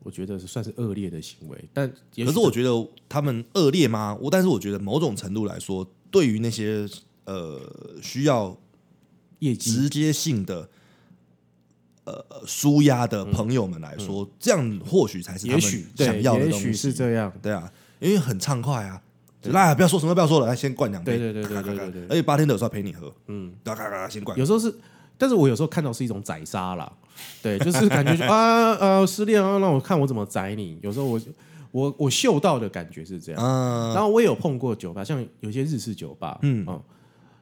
Speaker 1: 我觉得是算是恶劣的行为，但也许
Speaker 2: 可是我觉得他们恶劣吗？我但是我觉得某种程度来说，对于那些呃需要
Speaker 1: 业绩
Speaker 2: 直接性的呃舒压的朋友们来说，这样或许才是
Speaker 1: 嗯
Speaker 2: 他
Speaker 1: 也许
Speaker 2: 们
Speaker 1: 对
Speaker 2: 想要的
Speaker 1: 也
Speaker 2: 东西。
Speaker 1: 许是这样，
Speaker 2: 对啊，因为很畅快啊。就来、啊，不要说什么，不要说了，来先灌两杯。
Speaker 1: 对对对对
Speaker 2: 咔咔咔
Speaker 1: 对对对
Speaker 2: 而且八天的有时候陪你喝，嗯，咔咔咔先灌。
Speaker 1: 有时候是，但是我有时候看到是一种宰杀啦，对，就是感觉就啊呃失恋啊，让我看我怎么宰你。有时候我我我嗅到的感觉是这样，
Speaker 2: 啊
Speaker 1: 然后我也有碰过酒吧，像有些日式酒吧，嗯哦，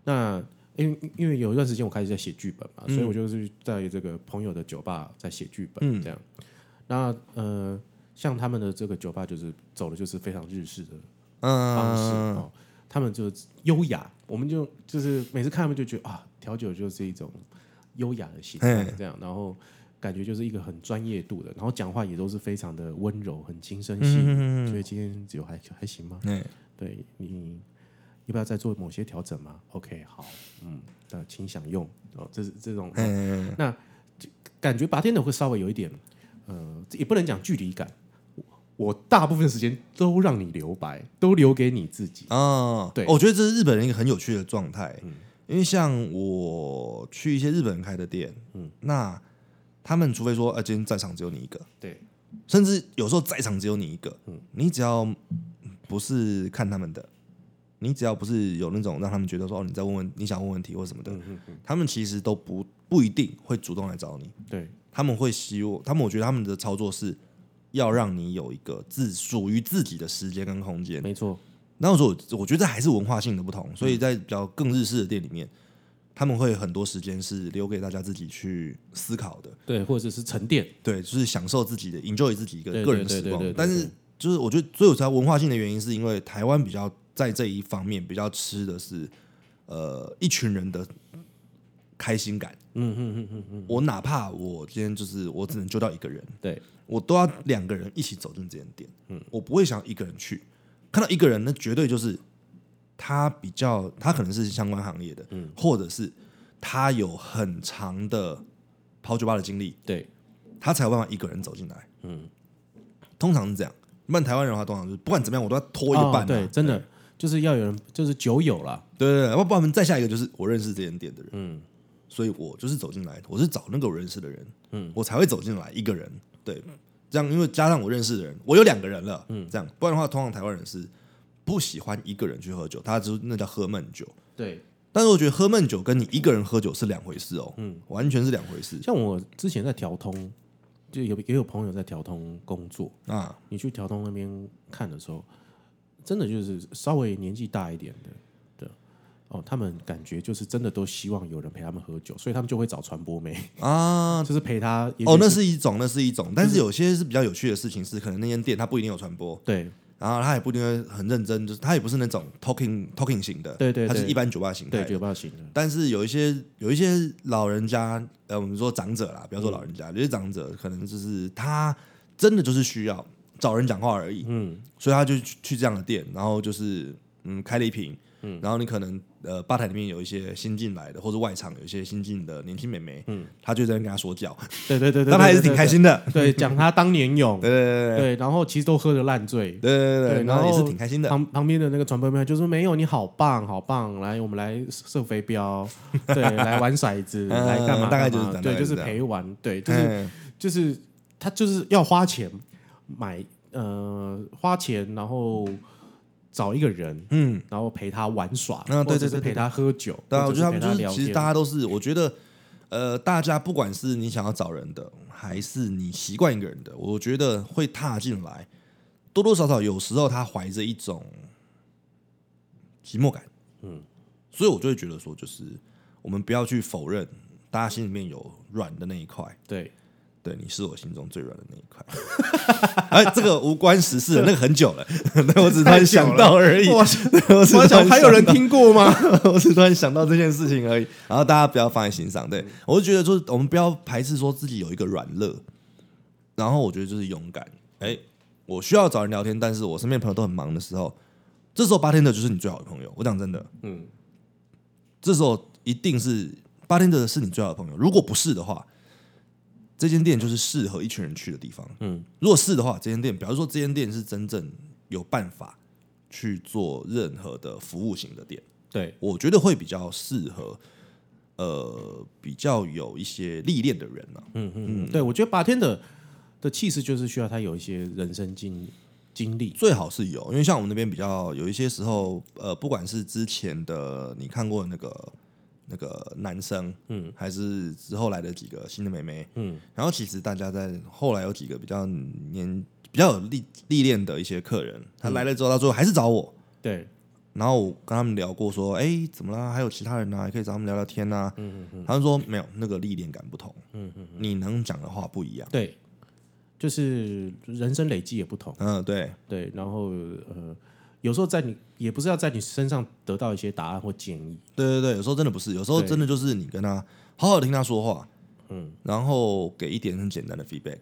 Speaker 1: 那因为因为有一段时间我开始在写剧本嘛，所以我就是在这个朋友的酒吧在写剧本这样。那呃，像他们的这个酒吧就是走的就是非常日式的方式
Speaker 2: 嗯，
Speaker 1: 哦，他们就优雅，我们就就是每次看他们就觉得啊，调酒就是一种优雅的形态
Speaker 2: 嘿
Speaker 1: 这样，然后感觉就是一个很专业度的，然后讲话也都是非常的温柔，很轻声
Speaker 2: 嗯
Speaker 1: 细语，觉得今天酒还还行吗？
Speaker 2: 哎，
Speaker 1: 对你要不要再做某些调整吗？OK，好，嗯，那请享用哦，这是这种、
Speaker 2: 哎哎，哎
Speaker 1: 感觉，白天的会稍微有一点，呃，也不能讲距离感。我我大部分时间都让你留白，都留给你自己。
Speaker 2: 哦，
Speaker 1: 对
Speaker 2: 我觉得这是日本人一个很有趣的状态，因为像我去一些日本人开的店，嗯，那他们除非说，呃，今天在场只有你一个，
Speaker 1: 对，
Speaker 2: 甚至有时候在场只有你一个，你只要不是看他们的，你只要不是有那种让他们觉得说，哦，你在问问你想问问题或什么的，他们其实都不不一定会主动来找你，
Speaker 1: 对，
Speaker 2: 他们会希望，他们我觉得他们的操作是要让你有一个自属于自己的时间跟空间。
Speaker 1: 没错，
Speaker 2: 那我说，我我觉得这还是文化性的不
Speaker 1: 嗯
Speaker 2: 同，所以在比较更日式的店里面，他们会很多时间是留给大家自己去思考的，
Speaker 1: 对，或者是沉淀，
Speaker 2: 对，就是享受自己的 enjoy 自己一个
Speaker 1: 对
Speaker 2: 个人
Speaker 1: 对对
Speaker 2: 时
Speaker 1: 对
Speaker 2: 光
Speaker 1: 对对。
Speaker 2: 但是
Speaker 1: 对
Speaker 2: 就是我觉得最有它文化性的原因，是因为台湾比较在这一方面比较吃的是呃一群人的开心感。
Speaker 1: 嗯嗯嗯嗯嗯，
Speaker 2: 我哪怕我今天就是我只能揪到一个人，
Speaker 1: 对，
Speaker 2: 我都要两个人一起走进这间店。嗯，我不会想一个人去，看到一个人，那绝对就是他比较，他可能是相关行业的，嗯，或者是他有很长的跑酒吧的经历，
Speaker 1: 对，
Speaker 2: 他才有办法一个人走进来。嗯，通常是这样。不然台湾人的话，通常就是不管怎么样，我都要拖一个半、啊
Speaker 1: 哦对，真，的就是要有人，就是酒友啦，
Speaker 2: 对对对，要不然我们再下一个就是我认识这间店的人，嗯，所以我就是走进来，我是找那个我认识的人，嗯，我才会走进来一个人，对，这样因为加上我认识的人，我有两个人了，嗯，这样不然的话，通常台湾人是不喜欢一个人去喝酒，他就是那叫喝闷酒，
Speaker 1: 对，
Speaker 2: 但是我觉得喝闷酒跟你一个人喝酒是两回事哦，嗯，完全是两回事
Speaker 1: 像我之前在调通，就有也有朋友在调通工作，
Speaker 2: 啊，
Speaker 1: 你去调通那边看的时候，真的就是稍微年纪大一点的，对，哦，他们感觉就是真的都希望有人陪他们喝酒，所以他们就会找传播妹，
Speaker 2: 啊。
Speaker 1: 就是陪他，也许
Speaker 2: 哦，那是一种，那是一种，但是有些是比较有趣的事情是，可能那间店它不一定有传播，
Speaker 1: 对
Speaker 2: 然后他也不一定会很认真，就是他也不是那种 talking talking 型的，
Speaker 1: 对对对
Speaker 2: 他是一般酒吧型态
Speaker 1: 对
Speaker 2: 的。
Speaker 1: 酒吧型的，
Speaker 2: 但是有一些有一些老人家，呃，我们说长者啦，不要说老人
Speaker 1: 嗯
Speaker 2: 家，有些长者可能就是他真的就是需要找人讲话而已，嗯，所以他就去去这样的店，然后就是嗯开了一瓶，嗯，然后你可能呃吧台里面有一些新进来的，或者外场有一些新进的年轻美眉，嗯，他就在那边跟他说教，
Speaker 1: 对对对对，
Speaker 2: 但他还是挺开
Speaker 1: 心，
Speaker 2: 心的，
Speaker 1: 对，讲他当年勇，
Speaker 2: 对对对
Speaker 1: 对，然后其实都喝得烂醉，
Speaker 2: 对对对
Speaker 1: 对
Speaker 2: 对，然后也
Speaker 1: 然
Speaker 2: 是
Speaker 1: 后
Speaker 2: 挺开心的，
Speaker 1: 旁旁边的那个传播妹就说：“没有，你好棒，好棒！来，我们来射飞 镖，对，来玩骰子，
Speaker 2: 嗯
Speaker 1: 来干嘛？
Speaker 2: 大
Speaker 1: 干嘛
Speaker 2: 概就是这样大
Speaker 1: 对，
Speaker 2: 概
Speaker 1: 就是是
Speaker 2: 这样
Speaker 1: 陪玩，对，就是
Speaker 2: 嗯
Speaker 1: 就是他就是要花钱买，呃，花钱然后找一个人，
Speaker 2: 嗯。
Speaker 1: 然后陪他玩耍，
Speaker 2: 嗯对
Speaker 1: 或者是
Speaker 2: 对对对
Speaker 1: 陪他喝酒，
Speaker 2: 对啊，
Speaker 1: 或
Speaker 2: 我
Speaker 1: 者
Speaker 2: 觉得他
Speaker 1: 陪
Speaker 2: 们
Speaker 1: 他
Speaker 2: 就是
Speaker 1: 聊
Speaker 2: 其实
Speaker 1: 天
Speaker 2: 大家都是，我觉得呃，大家不管是你想要找人的，还是你习惯一个人的，我觉得会踏进来，多多少少有时候他怀着一种寂寞感，嗯，所以我就会觉得 说，就是我们不要去否认大家心里面有软的那一块，
Speaker 1: 对
Speaker 2: 对，你是我心中最软的那一块。 哎，这个无关时事，那个很久了， 那我只是突然想到而已。
Speaker 1: 哇，
Speaker 2: 对我只是
Speaker 1: 我
Speaker 2: 突然
Speaker 1: 想还有人
Speaker 2: 想到
Speaker 1: 听过吗？
Speaker 2: 我只突然想到这件事情而已。然后大家不要放在心上，对我就觉得就是我们不要排斥说自己有一个软肋，然后我觉得就是勇敢。哎，我需要找人聊天，但是我身边朋友都很忙的时候，这时候八天的就是你最好的朋友。我讲真的，嗯，这时候一定是八天的是你最好的朋友。如果不是的话，这间店就是适合一群人去的地方。嗯，如果是的话，这间店，比方说这间店是真正有办法去做任何的服务型的店。
Speaker 1: 对，
Speaker 2: 我觉得会比较适合，呃，比较有一些历练的人呢、啊。
Speaker 1: 嗯，对，我觉得八天的的气势就是需要他有一些人生经经历，
Speaker 2: 最好是有，因为像我们那边比较有一些时候，呃，不管是之前的你看过的那个那个男生，嗯，还是之后来的几个新的妹妹，嗯，然后其实大家在后来有几个比较年比较有历历练的一些客人，他来了之后，到最后还是找我，
Speaker 1: 对，
Speaker 2: 然后我跟他们聊过，说，哎、怎么啦？还有其他人啊，也可以找他们聊聊天呐、啊。他们说没有，那个历练感不同。你能讲的话不一样。
Speaker 1: 对，就是人生累积也不同，
Speaker 2: 嗯，对，
Speaker 1: 对，然后呃，有时候在你也不是要在你身上得到一些答案或建议，
Speaker 2: 对对对，有时候真的不是，有时候
Speaker 1: 对
Speaker 2: 真的就是你跟他好好地听他说话，嗯，然后给一点很简单的 feedback，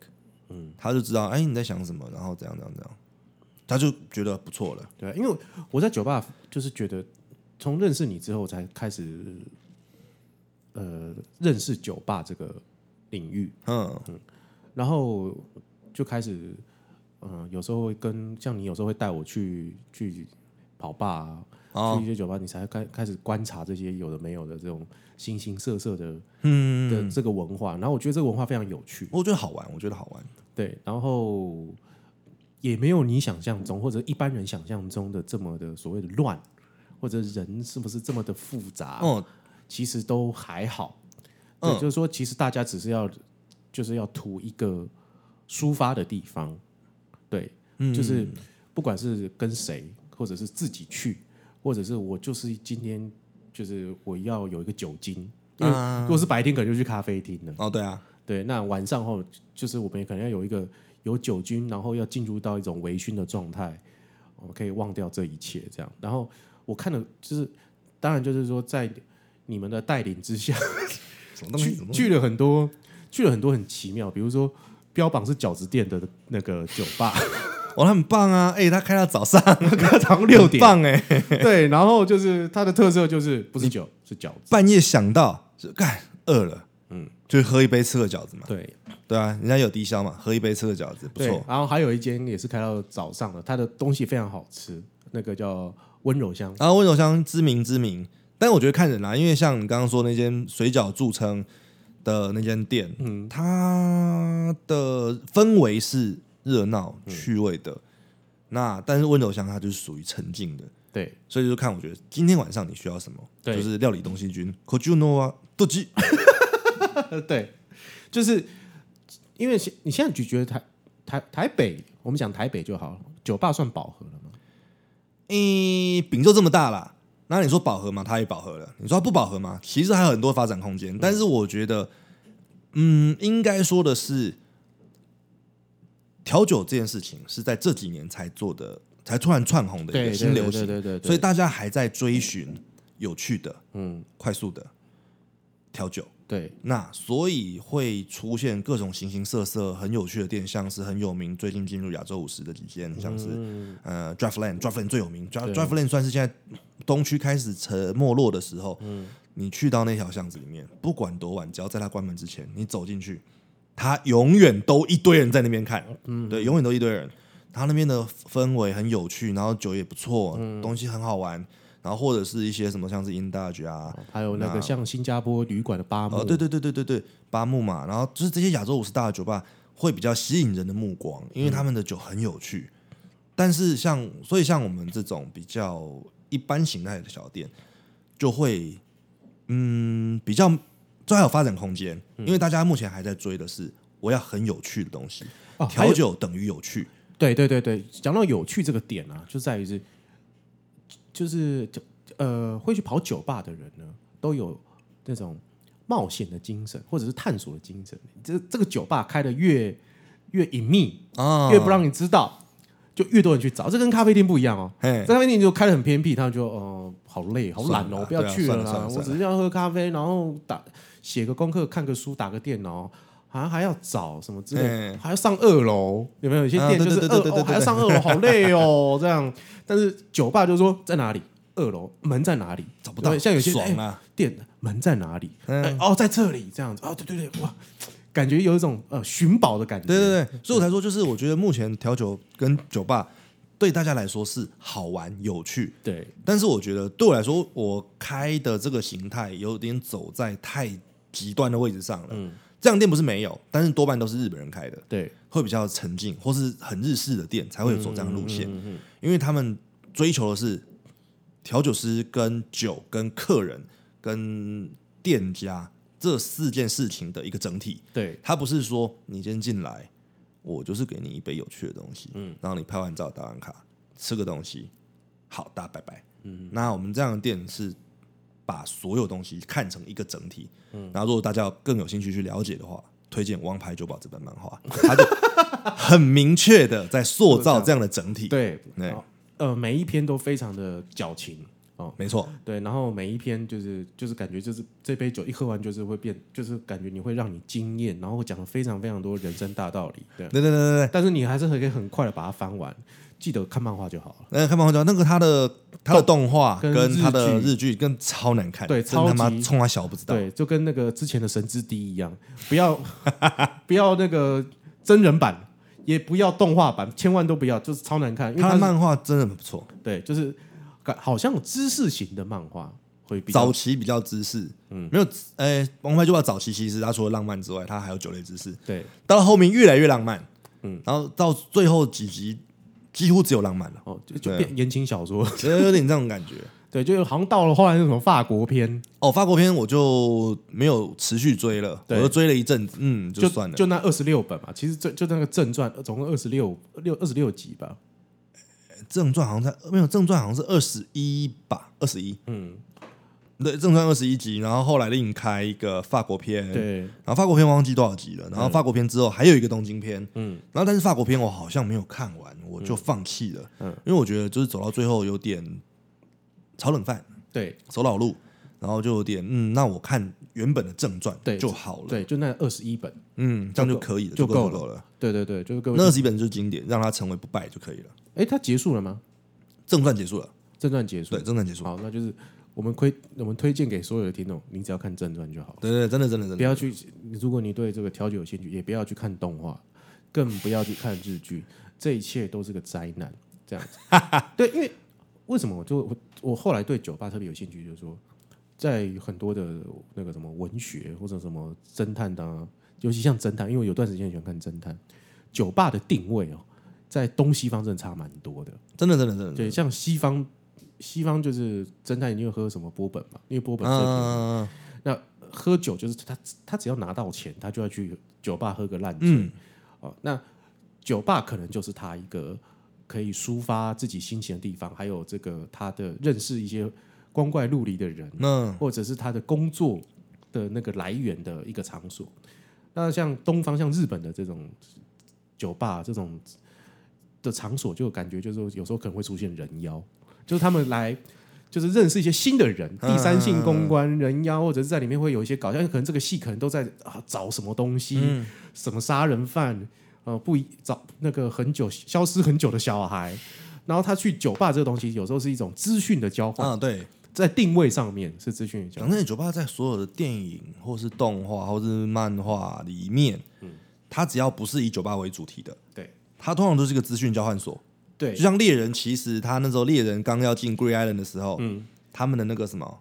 Speaker 2: 嗯，他就知道，哎、你在想什么，然后怎样怎样怎样，他就觉得不错了。
Speaker 1: 对，啊因为我在酒吧就是觉得从认识你之后才开始呃认识酒吧这个领域，
Speaker 2: 嗯，
Speaker 1: 然后就开始，嗯、有时候会跟像你有时候会带我去去跑吧、啊，
Speaker 2: 哦
Speaker 1: 去一些酒吧，你才开开始观察这些有的没有的这种形形色色的
Speaker 2: 嗯，
Speaker 1: 的这个文化。然后我觉得这个文化非常有趣，
Speaker 2: 我觉得好玩，我觉得好玩。
Speaker 1: 对，然后也没有你想象中或者一般人想象中的这么的所谓的乱，或者人是不是这么的复杂？
Speaker 2: 哦，
Speaker 1: 其实都还好。对，就是说，其实大家只是要，就是要图一个抒发的地方，对，
Speaker 2: 嗯
Speaker 1: 就是不管是跟谁，或者是自己去，或者是我就是今天就是我要有一个酒精，因为
Speaker 2: 啊
Speaker 1: 如果是白天可能就去咖啡厅了，
Speaker 2: 哦，对啊，
Speaker 1: 对，那晚上后就是我们也可能要有一个有酒精，然后要进入到一种微醺的状态，我们可以忘掉这一切这样。然后我看了，就是当然就是说在你们的带领之下，
Speaker 2: 什么东西？
Speaker 1: 去
Speaker 2: 什么东西
Speaker 1: 去了很多，去了很多很奇妙，比如说标榜是饺子店的那个酒吧，
Speaker 2: 哦，他很棒啊！哎、他开到早上，
Speaker 1: 它早上六
Speaker 2: 很
Speaker 1: 点，
Speaker 2: 棒哎、
Speaker 1: 对，然后就是它的特色就是不是酒是饺子，
Speaker 2: 半夜想到，就干饿了，嗯，就喝一杯吃个饺子嘛，
Speaker 1: 对
Speaker 2: 对啊，人家有低消嘛，喝一杯吃个饺子不
Speaker 1: 对
Speaker 2: 错，。
Speaker 1: 然后还有一间也是开到早上的，它的东西非常好吃，那个叫温柔乡，
Speaker 2: 然后温柔乡知名知名，但我觉得看人啦、啊因为像你刚刚说那间水饺著称的那间店，嗯，它的氛围是热闹趣味的，那但是温柔乡它就是属于沉静的，
Speaker 1: 对。
Speaker 2: 所以就看我觉得今天晚上你需要什么，
Speaker 1: 对
Speaker 2: 就是料理东西君 k o j u n o 啊，多吉，
Speaker 1: 对，就是因为现你现在咀嚼台台台北，我们讲台北就好了，酒吧算饱和了吗？
Speaker 2: 诶，饼就这么大啦。那你说饱和嘛，它也饱和了。你说它不饱和嘛，其实还有很多发展空间。但是我觉得，嗯，应该说的是，调酒这件事情是在这几年才做的，才突然窜红的一个新流行。
Speaker 1: 对对
Speaker 2: 所以大家还在追寻有趣的、
Speaker 1: 嗯，
Speaker 2: 快速的调酒。
Speaker 1: 对
Speaker 2: 那所以会出现各种形形色色、很有趣的店，像是很有名，最近进入亚洲五十的几间，像是、呃 Draftland，Draftland 最有名，Draft-
Speaker 1: 对
Speaker 2: ，Draftland 算是现在东区开始沉没落的时候，你去到那条巷子里面，不管多晚，只要在它关门之前，你走进去，它永远都一堆人在那边看，对，永远都一堆人。它那边的氛围很有趣，然后酒也不错，东西很好玩，然后或者是一些什么像是 Indage 啊，
Speaker 1: 还有那个像新加坡旅馆的八木，
Speaker 2: 哦，对对对对对对，八木嘛，然后就是这些亚洲五十大的酒吧会比较吸引人的目光，
Speaker 1: 嗯
Speaker 2: 因为他们的酒很有趣。但是像所以像我们这种比较一般形态的小店，就会嗯比较这还有发展空间，
Speaker 1: 嗯
Speaker 2: 因为大家目前还在追的是我要很有趣的东西，
Speaker 1: 哦，还
Speaker 2: 调
Speaker 1: 有
Speaker 2: 酒等于有趣。
Speaker 1: 对对对对，讲到有趣这个点啊，就在于是就是呃会去跑酒吧的人呢，都有那种冒险的精神，或者是探索的精神。这这个酒吧开的越越隐秘，
Speaker 2: 啊，
Speaker 1: 越不让你知道，就越多人去找。这跟咖啡厅不一样哦。
Speaker 2: 嘿
Speaker 1: 在咖啡厅就开的很偏僻，他们就哦、呃好累好懒
Speaker 2: 算了
Speaker 1: 哦
Speaker 2: 啦，
Speaker 1: 不要去
Speaker 2: 对啊算了算
Speaker 1: 啦
Speaker 2: 了，
Speaker 1: 我只是要喝咖啡，然后打写个功课，看个书，打个电脑。好像还要找什么之类的
Speaker 2: 嗯，
Speaker 1: 还要上二楼，有没有？有些
Speaker 2: 啊
Speaker 1: 店就是
Speaker 2: 对对
Speaker 1: 二
Speaker 2: 对对对
Speaker 1: 楼
Speaker 2: 对
Speaker 1: 还要上二楼，好累哦，这样。但是酒吧就说在哪里，二楼门在哪里，
Speaker 2: 找不到，
Speaker 1: 像有些
Speaker 2: 爽
Speaker 1: 哎
Speaker 2: 啊，
Speaker 1: 店门在哪里？
Speaker 2: 嗯
Speaker 1: 哎哦，在这里这样子。哦，对对对，哇，感觉有一种呃寻宝的感觉。
Speaker 2: 对对对，所以我才说，就是我觉得目前调酒跟酒吧对大家来说是好玩有趣，
Speaker 1: 对
Speaker 2: 但是我觉得对我来说，我开的这个形态有点走在太极端的位置上了。嗯，这样店不是没有，但是多半都是日本人开的，
Speaker 1: 对
Speaker 2: 会比较沉静或是很日式的店才会有走这样的路线，
Speaker 1: 嗯
Speaker 2: 因为他们追求的是调酒师跟酒跟客人跟店家这四件事情的一个整体。
Speaker 1: 对
Speaker 2: 他不是说你今天进来，我就是给你一杯有趣的东西，嗯，然后你拍完照打完卡，吃个东西，好，大家拜拜。嗯，那我们这样的店是把所有东西看成一个整体，嗯，然后如果大家更有兴趣去了解的话，推荐《王牌酒保》这本漫画，他就很明确的在塑造这样的整体，，
Speaker 1: 对
Speaker 2: 对
Speaker 1: 好呃，每一篇都非常的矫情哦。
Speaker 2: 没错，
Speaker 1: 对，然后每一篇就是就是感觉就是这杯酒一喝完就是会变，就是感觉你会让你惊艳，然后会讲了非常非常多人生大道理。对，
Speaker 2: 对对对对对。
Speaker 1: 但是你还是可以很快的把它翻完，记得看漫画就好了。
Speaker 2: 那个看漫画叫那个他的他的动画
Speaker 1: 跟
Speaker 2: 跟他的
Speaker 1: 日剧
Speaker 2: 日剧跟超难看，
Speaker 1: 对
Speaker 2: 真他
Speaker 1: 超
Speaker 2: 妈
Speaker 1: 级
Speaker 2: 冲他小不知道，
Speaker 1: 对，就跟那个之前的《神之滴》一样，不要不要那个真人版，也不要动画版，千万都不要，就是超难看。因为
Speaker 2: 他
Speaker 1: 它
Speaker 2: 的
Speaker 1: 是
Speaker 2: 漫画真的很不错，
Speaker 1: 对，就是感好像知识型的漫画会比较
Speaker 2: 早期比较知识，嗯，没有，呃、王牌酒吧早期其实它除了浪漫之外，它还有酒类知识。
Speaker 1: 对
Speaker 2: 到了后面越来越浪漫，嗯，然后到最后几集几乎只有浪漫了，
Speaker 1: 哦，就就
Speaker 2: 对啊
Speaker 1: 变言情小说，
Speaker 2: 有 有点这种感觉。
Speaker 1: 对，就好像到了后来那种法国片，
Speaker 2: 哦，法国片我就没有持续追了，我
Speaker 1: 对
Speaker 2: 就追了一阵子，嗯，
Speaker 1: 就
Speaker 2: 就算了。
Speaker 1: 就那二十六本嘛，其实就就那个正传总共二十六六二十六集吧，
Speaker 2: 正传好像在没有正传好像是二十一吧，二十一，嗯，对，正传二十一集，然后后来另开一个法国片，
Speaker 1: 对
Speaker 2: 然后法国片忘记多少集了，然后法国片之后还有一个东京片，嗯，然后但是法国片我好像没有看完，我就放弃了，嗯，因为我觉得就是走到最后有点炒冷饭、
Speaker 1: 对
Speaker 2: 走老路，然后就有点嗯，那我看原本的正传
Speaker 1: 对
Speaker 2: 就好了，
Speaker 1: 对，就那二十一本，
Speaker 2: 嗯，这样就可以了，
Speaker 1: 就
Speaker 2: 就
Speaker 1: 够
Speaker 2: 够
Speaker 1: 了
Speaker 2: 够了。
Speaker 1: 对对对，就是各
Speaker 2: 那
Speaker 1: 位，
Speaker 2: 二十一本就是经典，让它成为不败就可以了。
Speaker 1: 哎，它结束了吗？
Speaker 2: 正传结束了，
Speaker 1: 正传结束
Speaker 2: 对，，正传结束，
Speaker 1: 好，那就是我们推我们推荐给所有的听众，你只要看正传就好了，
Speaker 2: 对对，对真的真的真
Speaker 1: 不
Speaker 2: 的，
Speaker 1: 要去，如果你对这个调酒有兴趣，也不要去看动画，更不要去看日剧，这一切都是个灾难。这 样子，对，因为为什么我就我我后来对酒吧特别有兴趣，就是说，在很多的那个什么文学或者什么侦探的、啊，尤其像侦探，因为有段时间很喜欢看侦探，酒吧的定位哦，在东西方真的差蛮多的。
Speaker 2: 真的真的真的，
Speaker 1: 对，像西方，西方就是侦探一定会喝什么波本嘛，因为波本最便宜
Speaker 2: 嗯，
Speaker 1: 那喝酒就是他他只要拿到钱，他就要去酒吧喝个烂醉。
Speaker 2: 嗯
Speaker 1: 哦，那酒吧可能就是他一个可以抒发自己心情的地方，还有这个他的认识一些光怪陆离的人，
Speaker 2: 那
Speaker 1: 或者是他的工作的那个来源的一个场所。那像东方、像日本的这种酒吧这种的场所，就感觉就是说有时候可能会出现人妖，就是他们来就是认识一些新的人，
Speaker 2: 嗯
Speaker 1: 第三性公关、人妖，或者是在里面会有一些搞笑，因为可能这个戏可能都在啊找什么东西，什么杀人犯，呃，不一找那个很久消失很久的小孩。然后他去酒吧这个东西，有时候是一种资讯的交换，
Speaker 2: 啊对，
Speaker 1: 在定位上面是资讯的交换
Speaker 2: 讲。真的，酒吧在所有的电影或是动画或是漫画里面，
Speaker 1: 嗯
Speaker 2: 它只要不是以酒吧为主题的，
Speaker 1: 对
Speaker 2: 它通常都是一个资讯交换所。
Speaker 1: 对
Speaker 2: 就，像猎人，其实他那时候猎人刚要进 Grey Island 的时候，
Speaker 1: 嗯
Speaker 2: 他们的那个什么。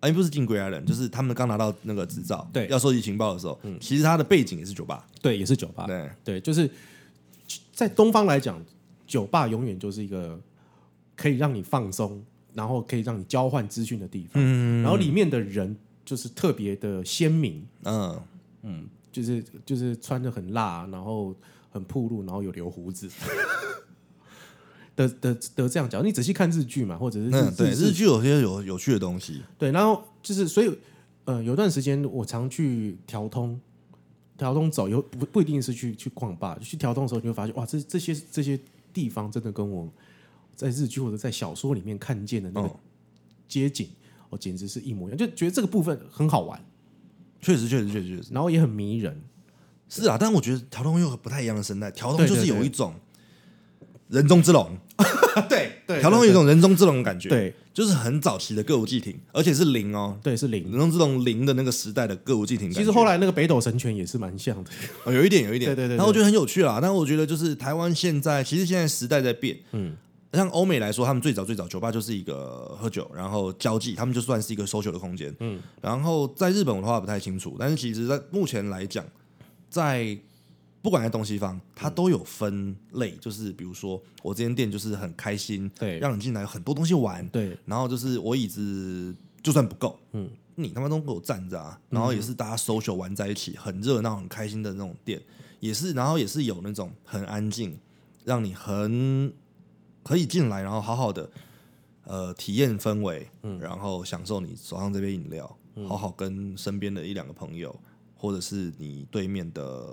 Speaker 2: 哎，不是进 Grey Island，就是他们刚拿到那个执照，
Speaker 1: 嗯对嗯
Speaker 2: 要收集情报的时候，其实他的背景也是酒吧，
Speaker 1: 对，也是酒吧。
Speaker 2: 对，
Speaker 1: 对，就是在东方来讲，酒吧永远就是一个可以让你放松，然后可以让你交换资讯的地方。然后里面的人就是特别的鲜明，
Speaker 2: 嗯，
Speaker 1: 就是就是穿的很辣，啊然后很暴露，然后有留胡子。 的的的这样讲，你嗯仔细看日剧嘛，或者是日、
Speaker 2: 那对
Speaker 1: 日
Speaker 2: 日剧有些有有趣的东西，
Speaker 1: 对，然后就是所以呃，有段时间我常去调通，调通走，有不不一定是去去逛吧，去调通的时候，你会发现哇，这这些这些地方真的跟我在日剧或者在小说里面看见的那个
Speaker 2: 哦
Speaker 1: 街景，哦，简直是一模一样，就觉得这个部分很好玩，
Speaker 2: 确实，确实，确实，确实
Speaker 1: 然后也很迷 人。
Speaker 2: 是啊。但我觉得条通又不太一样的生态，条通
Speaker 1: 对
Speaker 2: 就
Speaker 1: 对
Speaker 2: 是有
Speaker 1: 对
Speaker 2: 一种人中之龙，
Speaker 1: 对对
Speaker 2: 条通有一种人中之龙的感觉，，
Speaker 1: 对
Speaker 2: 就是很早期的歌舞伎町，而且是零哦，
Speaker 1: 对是零。
Speaker 2: 人中之龙零的那个时代的歌舞伎町感觉。
Speaker 1: 其实后来那个北斗神拳也是蛮像的，
Speaker 2: 哦，有一点，有一点，
Speaker 1: 对对对对
Speaker 2: 然后我觉得很有趣啦。啊但我觉得就是台湾现在，其实现在时代在变，嗯，像欧美来说，他们最早最早酒吧就是一个喝酒，然后交际，他们就算是一个 social 的空间，嗯。然后在日本我的话不太清楚，但是其实在目前来讲，在不管在东西方，它都有分类，就是比如说我这间店就是很开心，
Speaker 1: 对
Speaker 2: 让你进来有很多东西玩，
Speaker 1: 对
Speaker 2: 然后就是我椅子就算不够，嗯，你他妈都给我站着啊！然后也是大家 social 玩在一起，很热闹、很开心的那种店，也是，然后也是有那种很安静，让你很可以进来，然后好好的呃体验氛围，嗯，然后享受你手上这杯饮料，
Speaker 1: 嗯
Speaker 2: 好好跟身边的一两个朋友，或者是你对面的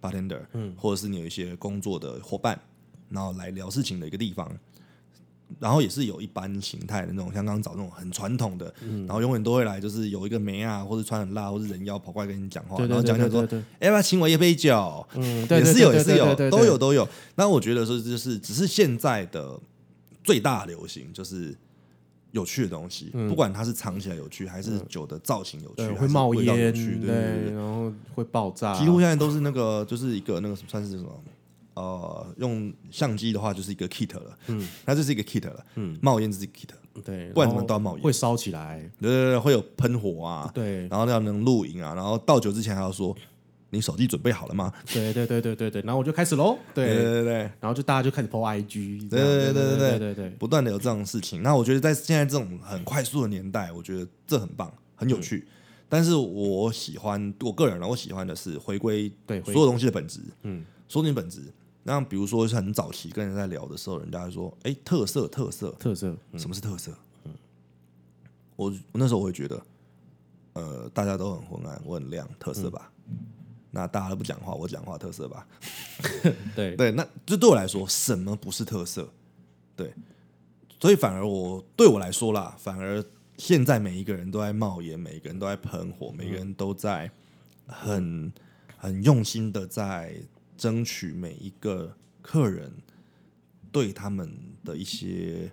Speaker 2: bartender，嗯，或者是你有一些工作的伙伴，然后来聊事情的一个地方。然后也是有一般形态的那种，像刚刚找那种很传统的，
Speaker 1: 嗯
Speaker 2: 然后永远都会来，就是有一个梅啊，或者穿很辣，或者人妖跑过来跟你讲话，
Speaker 1: 对对
Speaker 2: 然后
Speaker 1: 对
Speaker 2: 讲讲
Speaker 1: 对
Speaker 2: 说，
Speaker 1: 对，
Speaker 2: 哎，要不要请我一杯酒？
Speaker 1: 嗯，对对
Speaker 2: 也是
Speaker 1: 对
Speaker 2: 有，
Speaker 1: 对
Speaker 2: 也是
Speaker 1: 对
Speaker 2: 有
Speaker 1: 对，对
Speaker 2: 都
Speaker 1: 对
Speaker 2: 有都有。那我觉得说就是，只是现在的最大流行就是有趣的东西，不管它是藏起来有趣，还是酒的造型有趣，
Speaker 1: 嗯对
Speaker 2: 还
Speaker 1: 会
Speaker 2: 是
Speaker 1: 冒
Speaker 2: 味道有
Speaker 1: 烟，啊
Speaker 2: 趣，对对对。
Speaker 1: 然后会爆炸，
Speaker 2: 几乎现在都是那个，就是一个那个算是什么？呃，用相机的话就是一个 kit 了，嗯，那这是一个 kit 了，嗯，冒烟这是一个 kit，
Speaker 1: 对，
Speaker 2: 不然你
Speaker 1: 后
Speaker 2: 们都要冒烟
Speaker 1: 会烧起来，
Speaker 2: 对对对，会有喷火啊，
Speaker 1: 对
Speaker 2: 然后要能露营啊，然后倒酒之前还要说你手机准备好了吗？
Speaker 1: 对对对对对对，然后我就开始喽，
Speaker 2: 对
Speaker 1: 对，
Speaker 2: 对对，
Speaker 1: 然后就大家就开始 PO IG，这
Speaker 2: 对
Speaker 1: 样对
Speaker 2: 对对
Speaker 1: 对
Speaker 2: 对
Speaker 1: 对对，
Speaker 2: 不断的有这样的事情。那我觉得在现在这种很快速的年代，我觉得这很棒，
Speaker 1: 嗯
Speaker 2: 很有趣。但是我喜欢我个人啊呢，我喜欢的是回归
Speaker 1: 对回
Speaker 2: 所有东西的本质，嗯，所有东西本质。那比如说是很早期跟人在聊的时候，人家会说：“哎、特色，特色，
Speaker 1: 特色，
Speaker 2: 什么是特色？”
Speaker 1: 嗯
Speaker 2: 我我那时候我会觉得，呃，大家都很昏暗，我很亮，特
Speaker 1: 嗯
Speaker 2: 色吧。那大家都不讲话，我讲话特色吧。
Speaker 1: 对
Speaker 2: 对，那这对我来说，什么不是特色？对，所以反而我对我来说啦，反而现在每一个人都在冒烟，每一个人都在喷火，每个人都在很很用心的在争取每一个客人对他们的一些，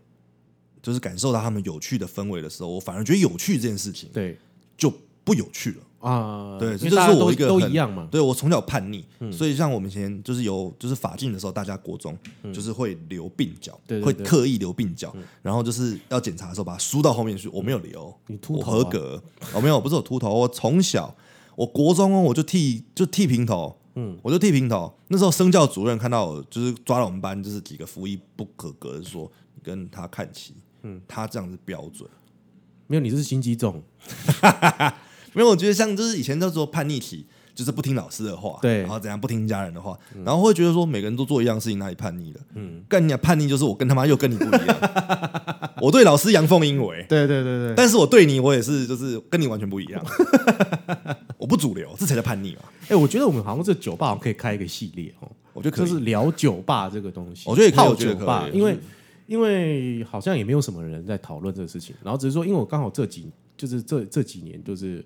Speaker 2: 就是感受到他们有趣的氛围的时候，我反而觉得有趣这件事情
Speaker 1: 对
Speaker 2: 就不有趣了。
Speaker 1: 啊，
Speaker 2: 对
Speaker 1: 因
Speaker 2: 这
Speaker 1: 为
Speaker 2: 就是
Speaker 1: 大家
Speaker 2: 我
Speaker 1: 都
Speaker 2: 一个
Speaker 1: 都
Speaker 2: 很
Speaker 1: 一样嘛，
Speaker 2: 对我从小叛逆，
Speaker 1: 嗯
Speaker 2: 所以像我们以前就是有就是法禁的时候，大家国中就是会留鬓角，
Speaker 1: 嗯对对
Speaker 2: 会
Speaker 1: 对嗯
Speaker 2: 刻意留鬓角，然后就是要检查的时候把它梳到后面去。我没有留，
Speaker 1: 你秃
Speaker 2: 我
Speaker 1: 头
Speaker 2: 合
Speaker 1: 啊
Speaker 2: 格，哦我、没有，不是我秃头，我从小我国中哦我就剃就剃平头。嗯，我就剃平头。那时候生教主任看到我，就是抓了我们班就是几个服役不合格的，说你跟他看齐，嗯，他这样子标准。
Speaker 1: 没有你是心机重，
Speaker 2: 没有，我觉得像就是以前叫做叛逆期，就是不听老师的话，
Speaker 1: 对嗯
Speaker 2: 然后怎样不听家人的话，然后会觉得说每个人都做一样的事情，哪里叛逆了？嗯，干你、啊、叛逆就是我跟他妈又跟你不 一样，我对老师阳奉阴违，
Speaker 1: 对对对对，
Speaker 2: 但是我对你我也是就是跟你完全不 一样，我不主流，这才叫叛逆嘛？
Speaker 1: 哎，我觉得我们好像这酒吧好像可以开一个系列哦，
Speaker 2: 我觉得可
Speaker 1: 就
Speaker 2: 以，
Speaker 1: 是聊酒吧这个东西，
Speaker 2: 我觉得也可以
Speaker 1: 泡
Speaker 2: 我觉
Speaker 1: 酒
Speaker 2: 得可以嗯
Speaker 1: 吧，
Speaker 2: 就是
Speaker 1: 因为因为好像也没有什么人在讨论这个事情，然后只是说，因为我刚好这几就是这这几年就是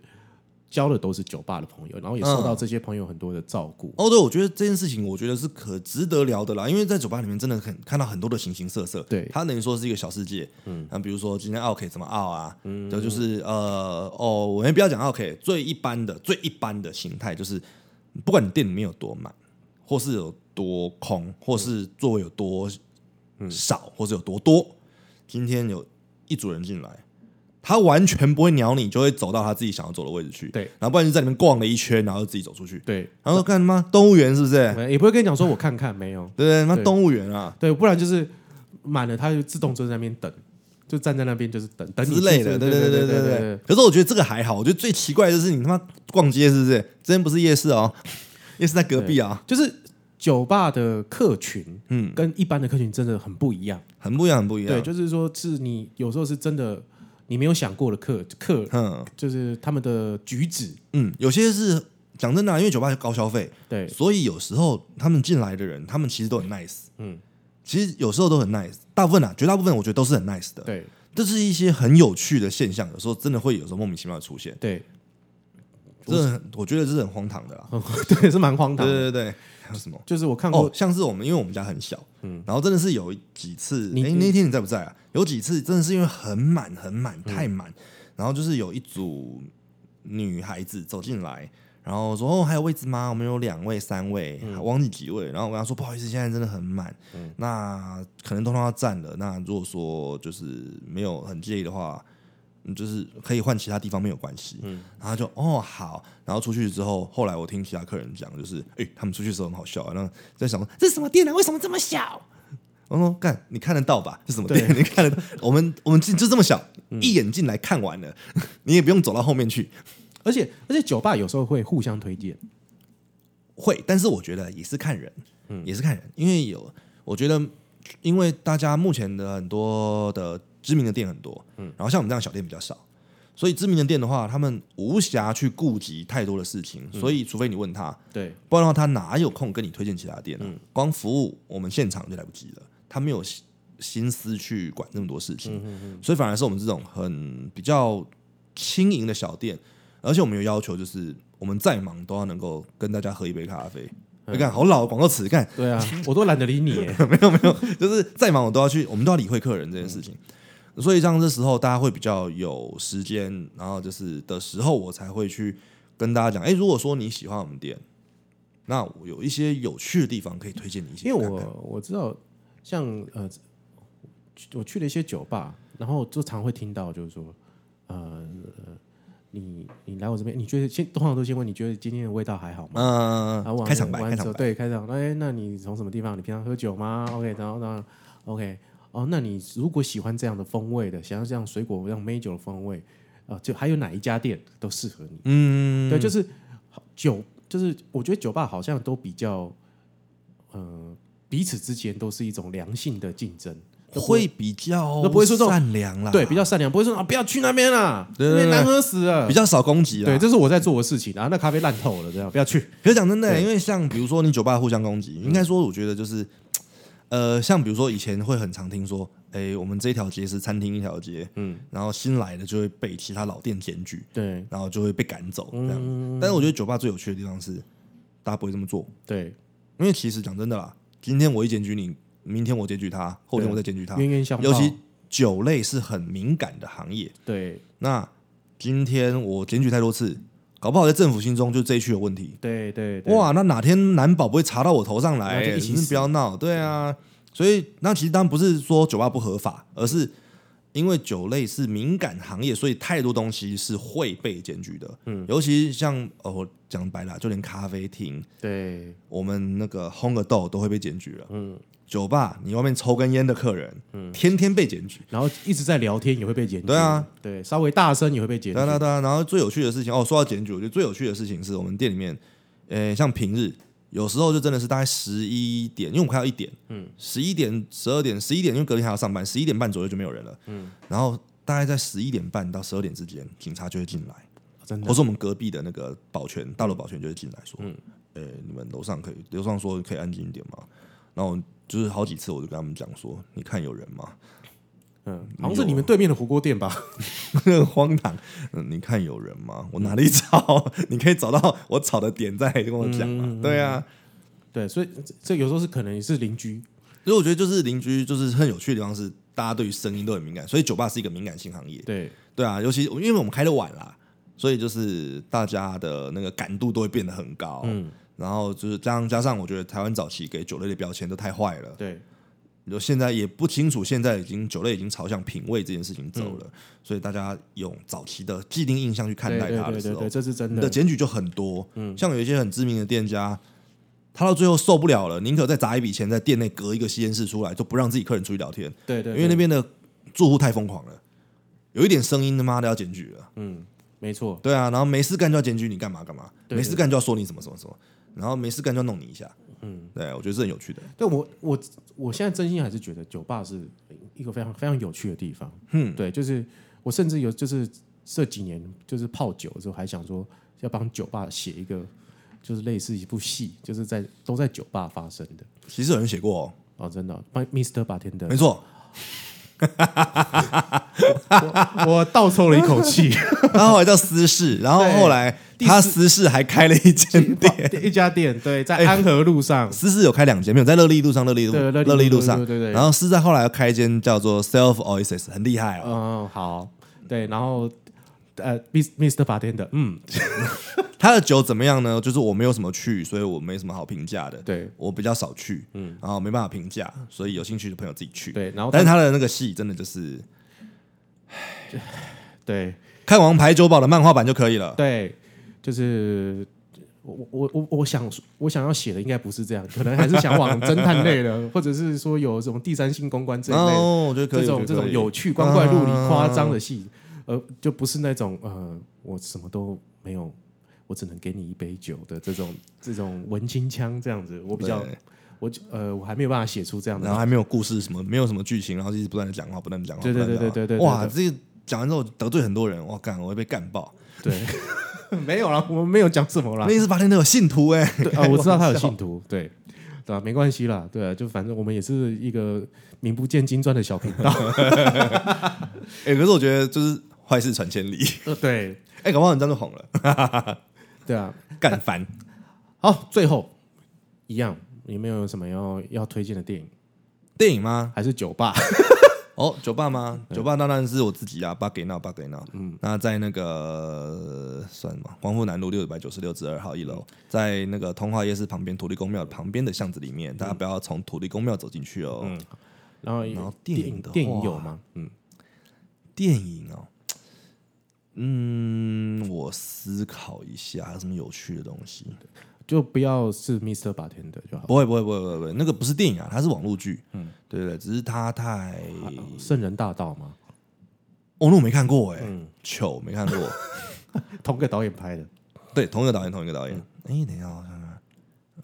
Speaker 1: 交的都是酒吧的朋友，然后也受到这些朋友很多的照顾，
Speaker 2: 哦，对，我觉得这件事情，我觉得是可值得聊的啦，因为在酒吧里面真的很看到很多的形形色色，
Speaker 1: 对
Speaker 2: 它等于说是一个小世界，嗯，那比如说今天 OK 怎么 o 啊，嗯，这就是呃，哦，我们不要讲 OK，最一般的最一般的形态就是，不管你店里面有多满，或是有多空，或是座位有多少，或是有多多，今天有一组人进来。他完全不会鸟你，就会走到他自己想要走的位置去。
Speaker 1: 对，
Speaker 2: 然后不然就在里面逛了一圈，然后自己走出去。
Speaker 1: 对，
Speaker 2: 然后说干什么？动物园是不是？
Speaker 1: 也不会跟你讲说我看看没有，
Speaker 2: 对对，那
Speaker 1: 对
Speaker 2: 动物园啊
Speaker 1: 对，不然就是满了他就自动就在那边等，就站在那边就是等等你
Speaker 2: 之类的，
Speaker 1: 对
Speaker 2: 啊对对
Speaker 1: 对
Speaker 2: 对对对。可是我觉得这个还好，我觉得最奇怪的是你他妈逛街是不是？之前不是夜市哦，夜市在隔壁啊，
Speaker 1: 就是酒吧的客群，嗯
Speaker 2: 嗯，
Speaker 1: 跟一般的客群真的很不一样。
Speaker 2: 很不一样，很不一样。
Speaker 1: 对，就是说是你有时候是真的你没有想过的客客，
Speaker 2: 嗯
Speaker 1: 就是他们的举止，
Speaker 2: 嗯，有些是讲真的啊、因为酒吧高消费，
Speaker 1: 对，
Speaker 2: 所以有时候他们进来的人，他们其实都很 nice。嗯，其实有时候都很 nice，大部分啊，绝大部分我觉得都是很 nice 的。
Speaker 1: 对，
Speaker 2: 这是一些很有趣的现象，有时候真的会有时候莫名其妙的出现，
Speaker 1: 对，
Speaker 2: 这很我觉得这是很荒唐的啦。
Speaker 1: 对，是蛮荒
Speaker 2: 对
Speaker 1: 唐的。
Speaker 2: 对对，对还有什么？
Speaker 1: 就是我看过
Speaker 2: 哦，，像是我们，因为我们家很小，嗯，然后真的是有几次，
Speaker 1: 你
Speaker 2: 哎、那天你在不在啊？有几次真的是因为很满很满太满，
Speaker 1: 嗯
Speaker 2: 然后就是有一组女孩子走进来，然后说哦还有位置吗？我们有两位三位，
Speaker 1: 嗯
Speaker 2: 忘记几位，然后我跟她说不好意思，现在真的很满，那可能通通要占了。那如果说就是没有很介意的话。嗯就是可以换其他地方没有关系，嗯，然后她就哦好，然后出去之后，后来我听其他客人讲，就是哎、他们出去的时候很好笑啊，然后在想说这是什么店啊，为什么这么小？我说干，你看得到吧？是什么店？你看得到？我们我们进就这么小，一眼进来看完了，你也不用走到后面去。
Speaker 1: 而且而且酒吧有时候会互相推荐，
Speaker 2: 会，但是我觉得也是看人，也是看人，因为有，我觉得因为大家目前的很多的知名的店很多，嗯，然后像我们这样的小店比较少，所以知名的店的话，他们无暇去顾及太多的事情，所以除非你问他，
Speaker 1: 对，
Speaker 2: 不然的话，他哪有空跟你推荐其他店呢、光服务我们现场就来不及了，他没有心心思去管那么多事情，所以反而是我们这种很比较轻盈的小店，而且我们有要求，就是我们再忙都要能够跟大家喝一杯咖啡。你看，好老的广告词，看
Speaker 1: 对啊，我都懒得理你耶，
Speaker 2: 就是再忙我都要去，我们都要理会客人这件事情。所以像这时候大家会比较有时间，然后就是的时候，我才会去跟大家讲，哎、如果说你喜欢我们店，那我有一些有趣的地方可以推荐你一些
Speaker 1: 因为
Speaker 2: 看看。
Speaker 1: 我我知道，像呃，我去了一些酒吧，然后就常会听到就是说，呃，你你来我这边，你觉得先通常都先问你觉得今天的味道还好吗？
Speaker 2: 嗯、
Speaker 1: 然后
Speaker 2: 开场白，开
Speaker 1: 完之
Speaker 2: 场
Speaker 1: 后
Speaker 2: 白，
Speaker 1: 对开场，哎，那你从什么地方？你平常喝酒吗？OK，然后然后 OK，哦，那你如果喜欢这样的风味的，想要这样水果、这样美酒的风味，啊、就还有哪一家店都适合你？
Speaker 2: 嗯，
Speaker 1: 对，就是酒，就是我觉得酒吧好像都比较，呃，彼此之间都是一种良性的竞争，都不
Speaker 2: 会比较
Speaker 1: 那不会说这种
Speaker 2: 善良啦，
Speaker 1: 对比较善良，不会说啊不要去那边啦，
Speaker 2: 对
Speaker 1: 那
Speaker 2: 对
Speaker 1: 边
Speaker 2: 对
Speaker 1: 难喝死了
Speaker 2: 比。较少攻击啦。
Speaker 1: 对，这是我在做的事情啊，那咖啡烂透了，这样不要去。
Speaker 2: 可是讲真的、
Speaker 1: 对
Speaker 2: 因为像比如说你酒吧互相攻击，应该说我觉得就是，呃，像比如说以前会很常听说，哎、我们这一条街是餐厅一条街，嗯，然后新来的就会被其他老店检举，
Speaker 1: 对
Speaker 2: 然后就会被赶走这样。但是我觉得酒吧最有趣的地方是，大家不会这么做，
Speaker 1: 对，
Speaker 2: 因为其实讲真的啦，今天我一检举你，明天我检举他，后天我再检举他，
Speaker 1: 冤冤相报。
Speaker 2: 尤其酒类是很敏感的行业，
Speaker 1: 对
Speaker 2: 那今天我检举太多次，搞不好在政府心中就这一区有问题。
Speaker 1: 对对对，
Speaker 2: 哇，那哪天难保不会查到我头上来、
Speaker 1: 然后就一起
Speaker 2: 你
Speaker 1: 死嗯
Speaker 2: 不要闹，对啊。所以那其实当然不是说酒吧不合法，而是因为酒类是敏感行业，所以太多东西是会被检举的。嗯，尤其像哦，我讲白了，就连咖啡厅，
Speaker 1: 对
Speaker 2: 我们那个烘个豆都会被检举了。嗯，酒吧你外面抽根烟的客人，嗯，天天被检举。
Speaker 1: 然后一直在聊天也会被检举。
Speaker 2: 对啊，
Speaker 1: 对，稍微大声也会被检举
Speaker 2: 对啊。对啊对啊，然后最有趣的事情哦，说到检举，我觉得最有趣的事情是我们店里面，呃，像平日有时候就真的是大概十一点，因为我们开到一点，嗯，十一点、十二点、十一点，因为隔天还要上班，十一点半左右就没有人了，嗯，然后大概在十一点半到十二点之间，警察就会进来，
Speaker 1: 啊真的
Speaker 2: 或是我们隔壁的那个保全大楼保全就会进来说，嗯，呃，你们楼上可以，楼上说可以安静一点吗？然后就是好几次我就跟他们讲说，你看有人吗？
Speaker 1: 嗯，好像是你们对面的火锅店吧？
Speaker 2: 很荒唐。嗯，你看有人吗？我哪里找？ 你可以找到我找的点再跟我讲嘛。对啊，
Speaker 1: 对，所以这这有时候是可能也是邻居。
Speaker 2: 所以我觉得就是邻居就是很有趣的地方是，大家对于声音都很敏感，所以酒吧是一个敏感性行业。
Speaker 1: 对
Speaker 2: 对啊，尤其因为我们开的晚啦，所以就是大家的那个感度都会变得很高。嗯。然后就是加上加上，我觉得台湾早期给酒类的标签都太坏了，
Speaker 1: 对
Speaker 2: 就现在也不清楚，现在已经酒类已经朝向品味这件事情走了，所以大家用早期的既定印象去看
Speaker 1: 对
Speaker 2: 待
Speaker 1: 对
Speaker 2: 它的
Speaker 1: 对
Speaker 2: 时
Speaker 1: 对
Speaker 2: 候
Speaker 1: 对，，嗯这是真
Speaker 2: 你的
Speaker 1: 的。
Speaker 2: 检举就很多。像有一些很知名的店家，他到最后受不了了，宁可再砸一笔钱在店内隔一个吸烟室出来，就不让自己客人出去聊天，
Speaker 1: 对对，
Speaker 2: 因
Speaker 1: 对
Speaker 2: 为那边的住户太疯狂了，有一点声音他妈的要检举了。
Speaker 1: 嗯没错，
Speaker 2: 对啊，然后没事干就要检举你干嘛干嘛，
Speaker 1: 对对
Speaker 2: 没事干就要说你什么什么什么，然后没事干就要弄你一下。嗯，对，我觉得是很有趣的。
Speaker 1: 对我我我现在真心还是觉得酒吧是一个非常非常有趣的地方。
Speaker 2: 嗯，
Speaker 1: 对，就是我甚至有就是这几年就是泡酒的时候，还想说要帮酒吧写一个，就是类似一部戏，就是在都在酒吧发生的
Speaker 2: 其实有人写过、哦，
Speaker 1: 哦，真的、哦、帮，Mr. 白天的
Speaker 2: 没，错。
Speaker 1: 我倒抽了一口气，
Speaker 2: 他后来叫私事，然后
Speaker 1: 对
Speaker 2: 后来
Speaker 1: 第
Speaker 2: 他
Speaker 1: 四
Speaker 2: 私事还开了一间店，
Speaker 1: 一家店对，在安和路上，
Speaker 2: 私事有开两间，没有在乐利路上，乐利路
Speaker 1: 对乐利
Speaker 2: 乐利
Speaker 1: 路
Speaker 2: 路上，
Speaker 1: 对对对对
Speaker 2: 然后私在后来又开一间叫做 Self Oasis，很厉害哦。
Speaker 1: 嗯，好，对，然后呃，Mr. 白天的，嗯，
Speaker 2: 他的酒怎么样呢？就是我没有什么去，所以我没什么好评价的。
Speaker 1: 对
Speaker 2: 我比较少去，嗯，然后没办法评价，所以有兴趣的朋友自己去。，
Speaker 1: 对，然后
Speaker 2: 但是他的那个戏真的就是
Speaker 1: 对
Speaker 2: 看王牌酒保的漫画版就可以了。
Speaker 1: 对，就是。我我我我想我想要写的应该不是这样，可能还是想往侦探类的，或者是说有这种第三性公关这一类的
Speaker 2: 哦，我觉得可以，
Speaker 1: 这种
Speaker 2: 我觉
Speaker 1: 这
Speaker 2: 得
Speaker 1: 种
Speaker 2: 可以嗯
Speaker 1: 有趣、光怪陆离、夸张的戏，呃，就不是那种呃，我什么都没有，我只能给你一杯酒的这种这种文青腔这样子，我比较
Speaker 2: 对
Speaker 1: 我就呃我还没有办法写出这样
Speaker 2: 然 后
Speaker 1: 的，
Speaker 2: 还没有故事，什么没有什么剧情，然后一直不断的讲话，不断的讲话，
Speaker 1: 对对对
Speaker 2: 不断地
Speaker 1: 对对对
Speaker 2: 讲话哇，
Speaker 1: 对
Speaker 2: 这个讲完之后得罪很多人，哇，干，我会被干爆。
Speaker 1: 对，没有啦，我们没有讲什么啦
Speaker 2: 那，一次八天都有信徒哎，
Speaker 1: 对啊，我知道他有信徒，对。对啊，没关系啦，对啊，就反正我们也是一个名不见经传的小频 道，
Speaker 2: 哎，可是我觉得就是坏事传千里，
Speaker 1: 呃对
Speaker 2: 哎，搞不好你这样就红了，
Speaker 1: 对啊。
Speaker 2: 干翻。
Speaker 1: 好，最后一样，有没有什么要要推荐的电影，
Speaker 2: 电影吗？
Speaker 1: 还是酒吧？
Speaker 2: 哦，酒吧吗？酒吧当然是我自己啊，八给闹，八给闹。嗯，那在那个算什么？光复南路六百九十六至二号一楼，在那个通化夜市旁边土地公庙旁边的巷子里面，
Speaker 1: 嗯
Speaker 2: 大家不要从土地公庙走进去哦。
Speaker 1: 然后
Speaker 2: 然后
Speaker 1: 电
Speaker 2: 电影的
Speaker 1: 嗯电影
Speaker 2: 话
Speaker 1: 有吗？嗯，
Speaker 2: 电影哦，嗯，我思考一下，还有什么有趣的东西？
Speaker 1: 就不要是 Mr. 白天的就好。
Speaker 2: 不会，不会，不会，不会，不会，那个不是电影啊，它是网络剧。嗯，对对对，只是它太……嗯
Speaker 1: 圣人大道嘛，
Speaker 2: 哦，那我没看过哎、 糗没看过。
Speaker 1: 同个导演拍的，
Speaker 2: 对，同一个导演，同一个导演。哎、等一下，我看看。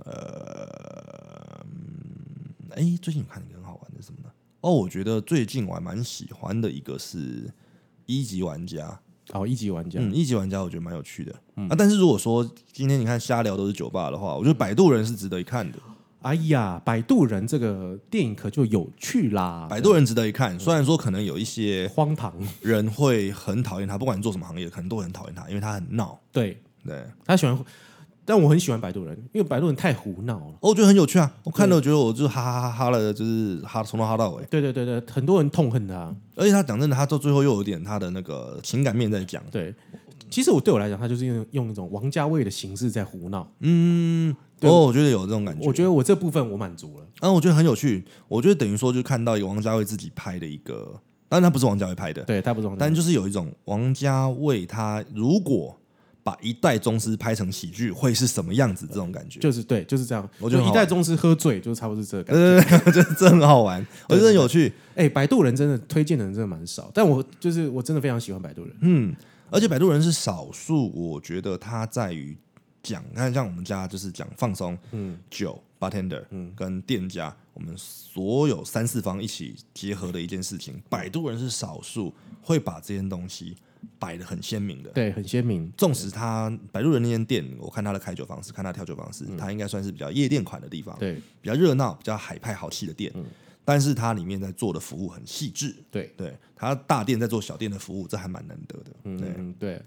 Speaker 2: 呃，嗯哎、最近有看一个很好玩的是什么呢？哦，我觉得最近我还蛮喜欢的一个是一级玩家。
Speaker 1: 哦，一级玩家，
Speaker 2: 嗯，一级玩家我觉得蛮有趣的。啊，但是如果说今天你看瞎聊都是酒吧的话，我觉得摆渡人是值得一看的。
Speaker 1: 哎呀，摆渡人这个电影可就有趣啦，
Speaker 2: 摆渡人值得一看，虽然说可能有一些
Speaker 1: 荒唐，
Speaker 2: 人会很讨厌他，不管你做什么行业，可能都会很讨厌他，因为他很闹。
Speaker 1: 对
Speaker 2: 对，哦
Speaker 1: 他喜欢，但我很喜欢摆渡人，因为摆渡人太胡闹了。
Speaker 2: 我觉得很有趣啊！我看了，我觉得我就哈哈哈哈了，就是哈从头哈到尾。
Speaker 1: 对对对对，很多人痛恨他。
Speaker 2: 而且他讲真的，他到最后又有点他的那个情感面在讲。
Speaker 1: 对，其实我对我来讲，他就是用用一种王家卫的形式在胡闹。
Speaker 2: 嗯，哦，我觉得有这种感觉。
Speaker 1: 我觉得我这部分我满足了。
Speaker 2: 啊，我觉得很有趣。我觉得等于说，就看到一个王家卫自己拍的一个，当然他不是王家卫拍的，
Speaker 1: 对，大部分
Speaker 2: 但就是有一种王家卫他如果把一代宗师拍成喜剧会是什么样子这种感觉，
Speaker 1: 就是对，就是这样。
Speaker 2: 我觉得
Speaker 1: 就
Speaker 2: 好
Speaker 1: 一代宗师喝醉，就是差不多是这个感觉。
Speaker 2: 呃，这这很好玩，我觉得很有趣。
Speaker 1: 哎、摆渡人真的推荐的人真的蛮少，但我就是我真的非常喜欢摆渡人。
Speaker 2: 而且摆渡人是少数，我觉得他在于讲，看像我们家就是讲放松，嗯，酒 bartender，嗯，跟店家，我们所有三四方一起结合的一件事情。摆渡人是少数会把这件东西摆的很鲜明的。
Speaker 1: 对，很鲜明。
Speaker 2: 纵使他摆渡人那间店，我看他的开酒方式，看他调酒方
Speaker 1: 嗯
Speaker 2: 式，他应该算是比较夜店款的地方，
Speaker 1: 对
Speaker 2: 比较热闹、比较海派豪气的店。但是它里面在做的服务很细致，
Speaker 1: 嗯对，
Speaker 2: 对，它大店在做小店的服务，这还蛮难得的。对，
Speaker 1: 嗯对，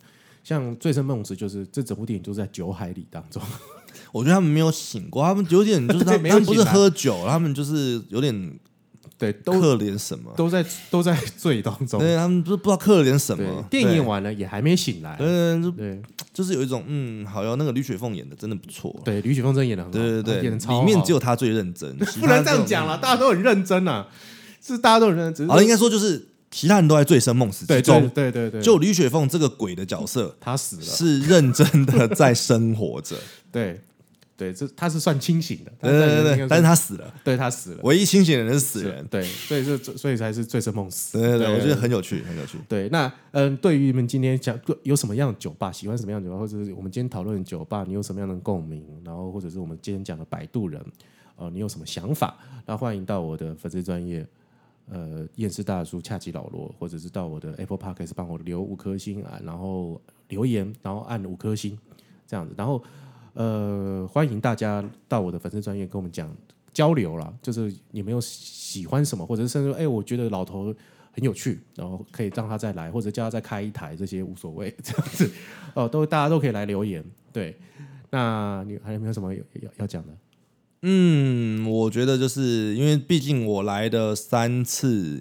Speaker 1: 像《醉生梦死》就是这整部电影都在酒海里当中，
Speaker 2: 我觉得他们没有醒过，他们有点就是他
Speaker 1: 对没
Speaker 2: 们
Speaker 1: 有
Speaker 2: 他们不是
Speaker 1: 醒来
Speaker 2: 喝酒，他们就是有点
Speaker 1: 对，都
Speaker 2: 可怜什么，
Speaker 1: 都在都在醉当中。
Speaker 2: 对他们就是不知道可怜什
Speaker 1: 对
Speaker 2: 么，。
Speaker 1: 电影演完了也还没醒来。
Speaker 2: 对，嗯，就
Speaker 1: 对
Speaker 2: 就是有一种嗯，好哟，那个吕雪凤演的真的不错，
Speaker 1: 对，李雪峰真的演的很好，
Speaker 2: 对对对，
Speaker 1: 演的超好
Speaker 2: 里面只有她最认真，其
Speaker 1: 不
Speaker 2: 他
Speaker 1: 能这样
Speaker 2: 种
Speaker 1: 讲了，大家都很认真啊，是大家都很认真，只
Speaker 2: 好了，应
Speaker 1: 是
Speaker 2: 该说就是其他人都在醉生梦啊死之
Speaker 1: 对对
Speaker 2: 中，
Speaker 1: 对对对，
Speaker 2: 就吕雪凤这个鬼的角色
Speaker 1: 他死了，
Speaker 2: 是认真的在生活着，
Speaker 1: 对对，这他是算清醒的，他
Speaker 2: 对对
Speaker 1: 在
Speaker 2: 对
Speaker 1: 应该
Speaker 2: 对，
Speaker 1: 算
Speaker 2: 但是他死了，
Speaker 1: 对他死了，
Speaker 2: 唯一清醒的人是死
Speaker 1: 是
Speaker 2: 人，
Speaker 1: 对，所以是所以才是醉生梦死。
Speaker 2: 对对对，我觉得很有趣，很有趣。
Speaker 1: 对，那嗯，对于你们今天讲有什么样的酒吧，喜欢什么样的酒吧，或者是我们今天讨论的酒吧，你有什么样的共鸣，然后或者是我们今天讲的摆渡人，呃，你有什么想法？那欢迎到我的粉丝专业呃厌世大叔恰吉老罗，或者是到我的 Apple Podcast 帮我留五颗星啊，然后留言，然后按五颗星这样子，然后呃欢迎大家到我的粉丝专业跟我们讲交流啦，就是你们有喜欢什么，或者是甚至说哎、我觉得老头。很有趣，然后可以让他再来，或者叫他再开一台，这些无所谓， 这样子哦，都大家都可以来留言。对，那你还有没有什么要要要讲的？
Speaker 2: 嗯，我觉得就是因为毕竟我来的三次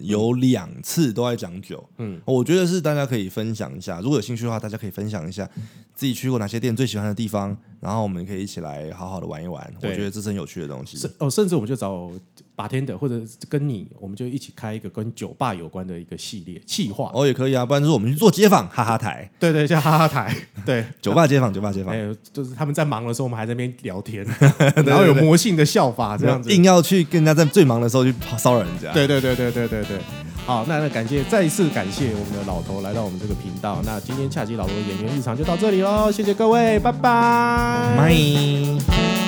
Speaker 1: 嗯
Speaker 2: 有两次都在讲酒，嗯，我觉得是大家可以分享一下，如果有兴趣的话，大家可以分享一下自己去过哪些店最喜欢的地方，然后我们可以一起来好好的玩一玩，我
Speaker 1: 对
Speaker 2: 觉得这是很有趣的东西。
Speaker 1: 甚哦，甚至我们就找把天的，或者跟你，我们就一起开一个跟酒吧有关的一个系列企划。
Speaker 2: 哦，也可以啊，不然就是我们去做街访，哈哈台，
Speaker 1: 对对，像哈哈台， 对，
Speaker 2: 酒吧街访，酒吧街访
Speaker 1: 还，有就是他们在忙的时候，我们还在那边聊 天，然后有魔性的笑法这样子。
Speaker 2: 硬要去跟人家在最忙的时候去骚扰人家。
Speaker 1: 对对对对对对对。好，那那感谢，再一次感谢我们的老头来到我们这个频道。那今天恰吉老头的演员日常就到这里喽，谢谢各位，拜拜。
Speaker 2: 拜。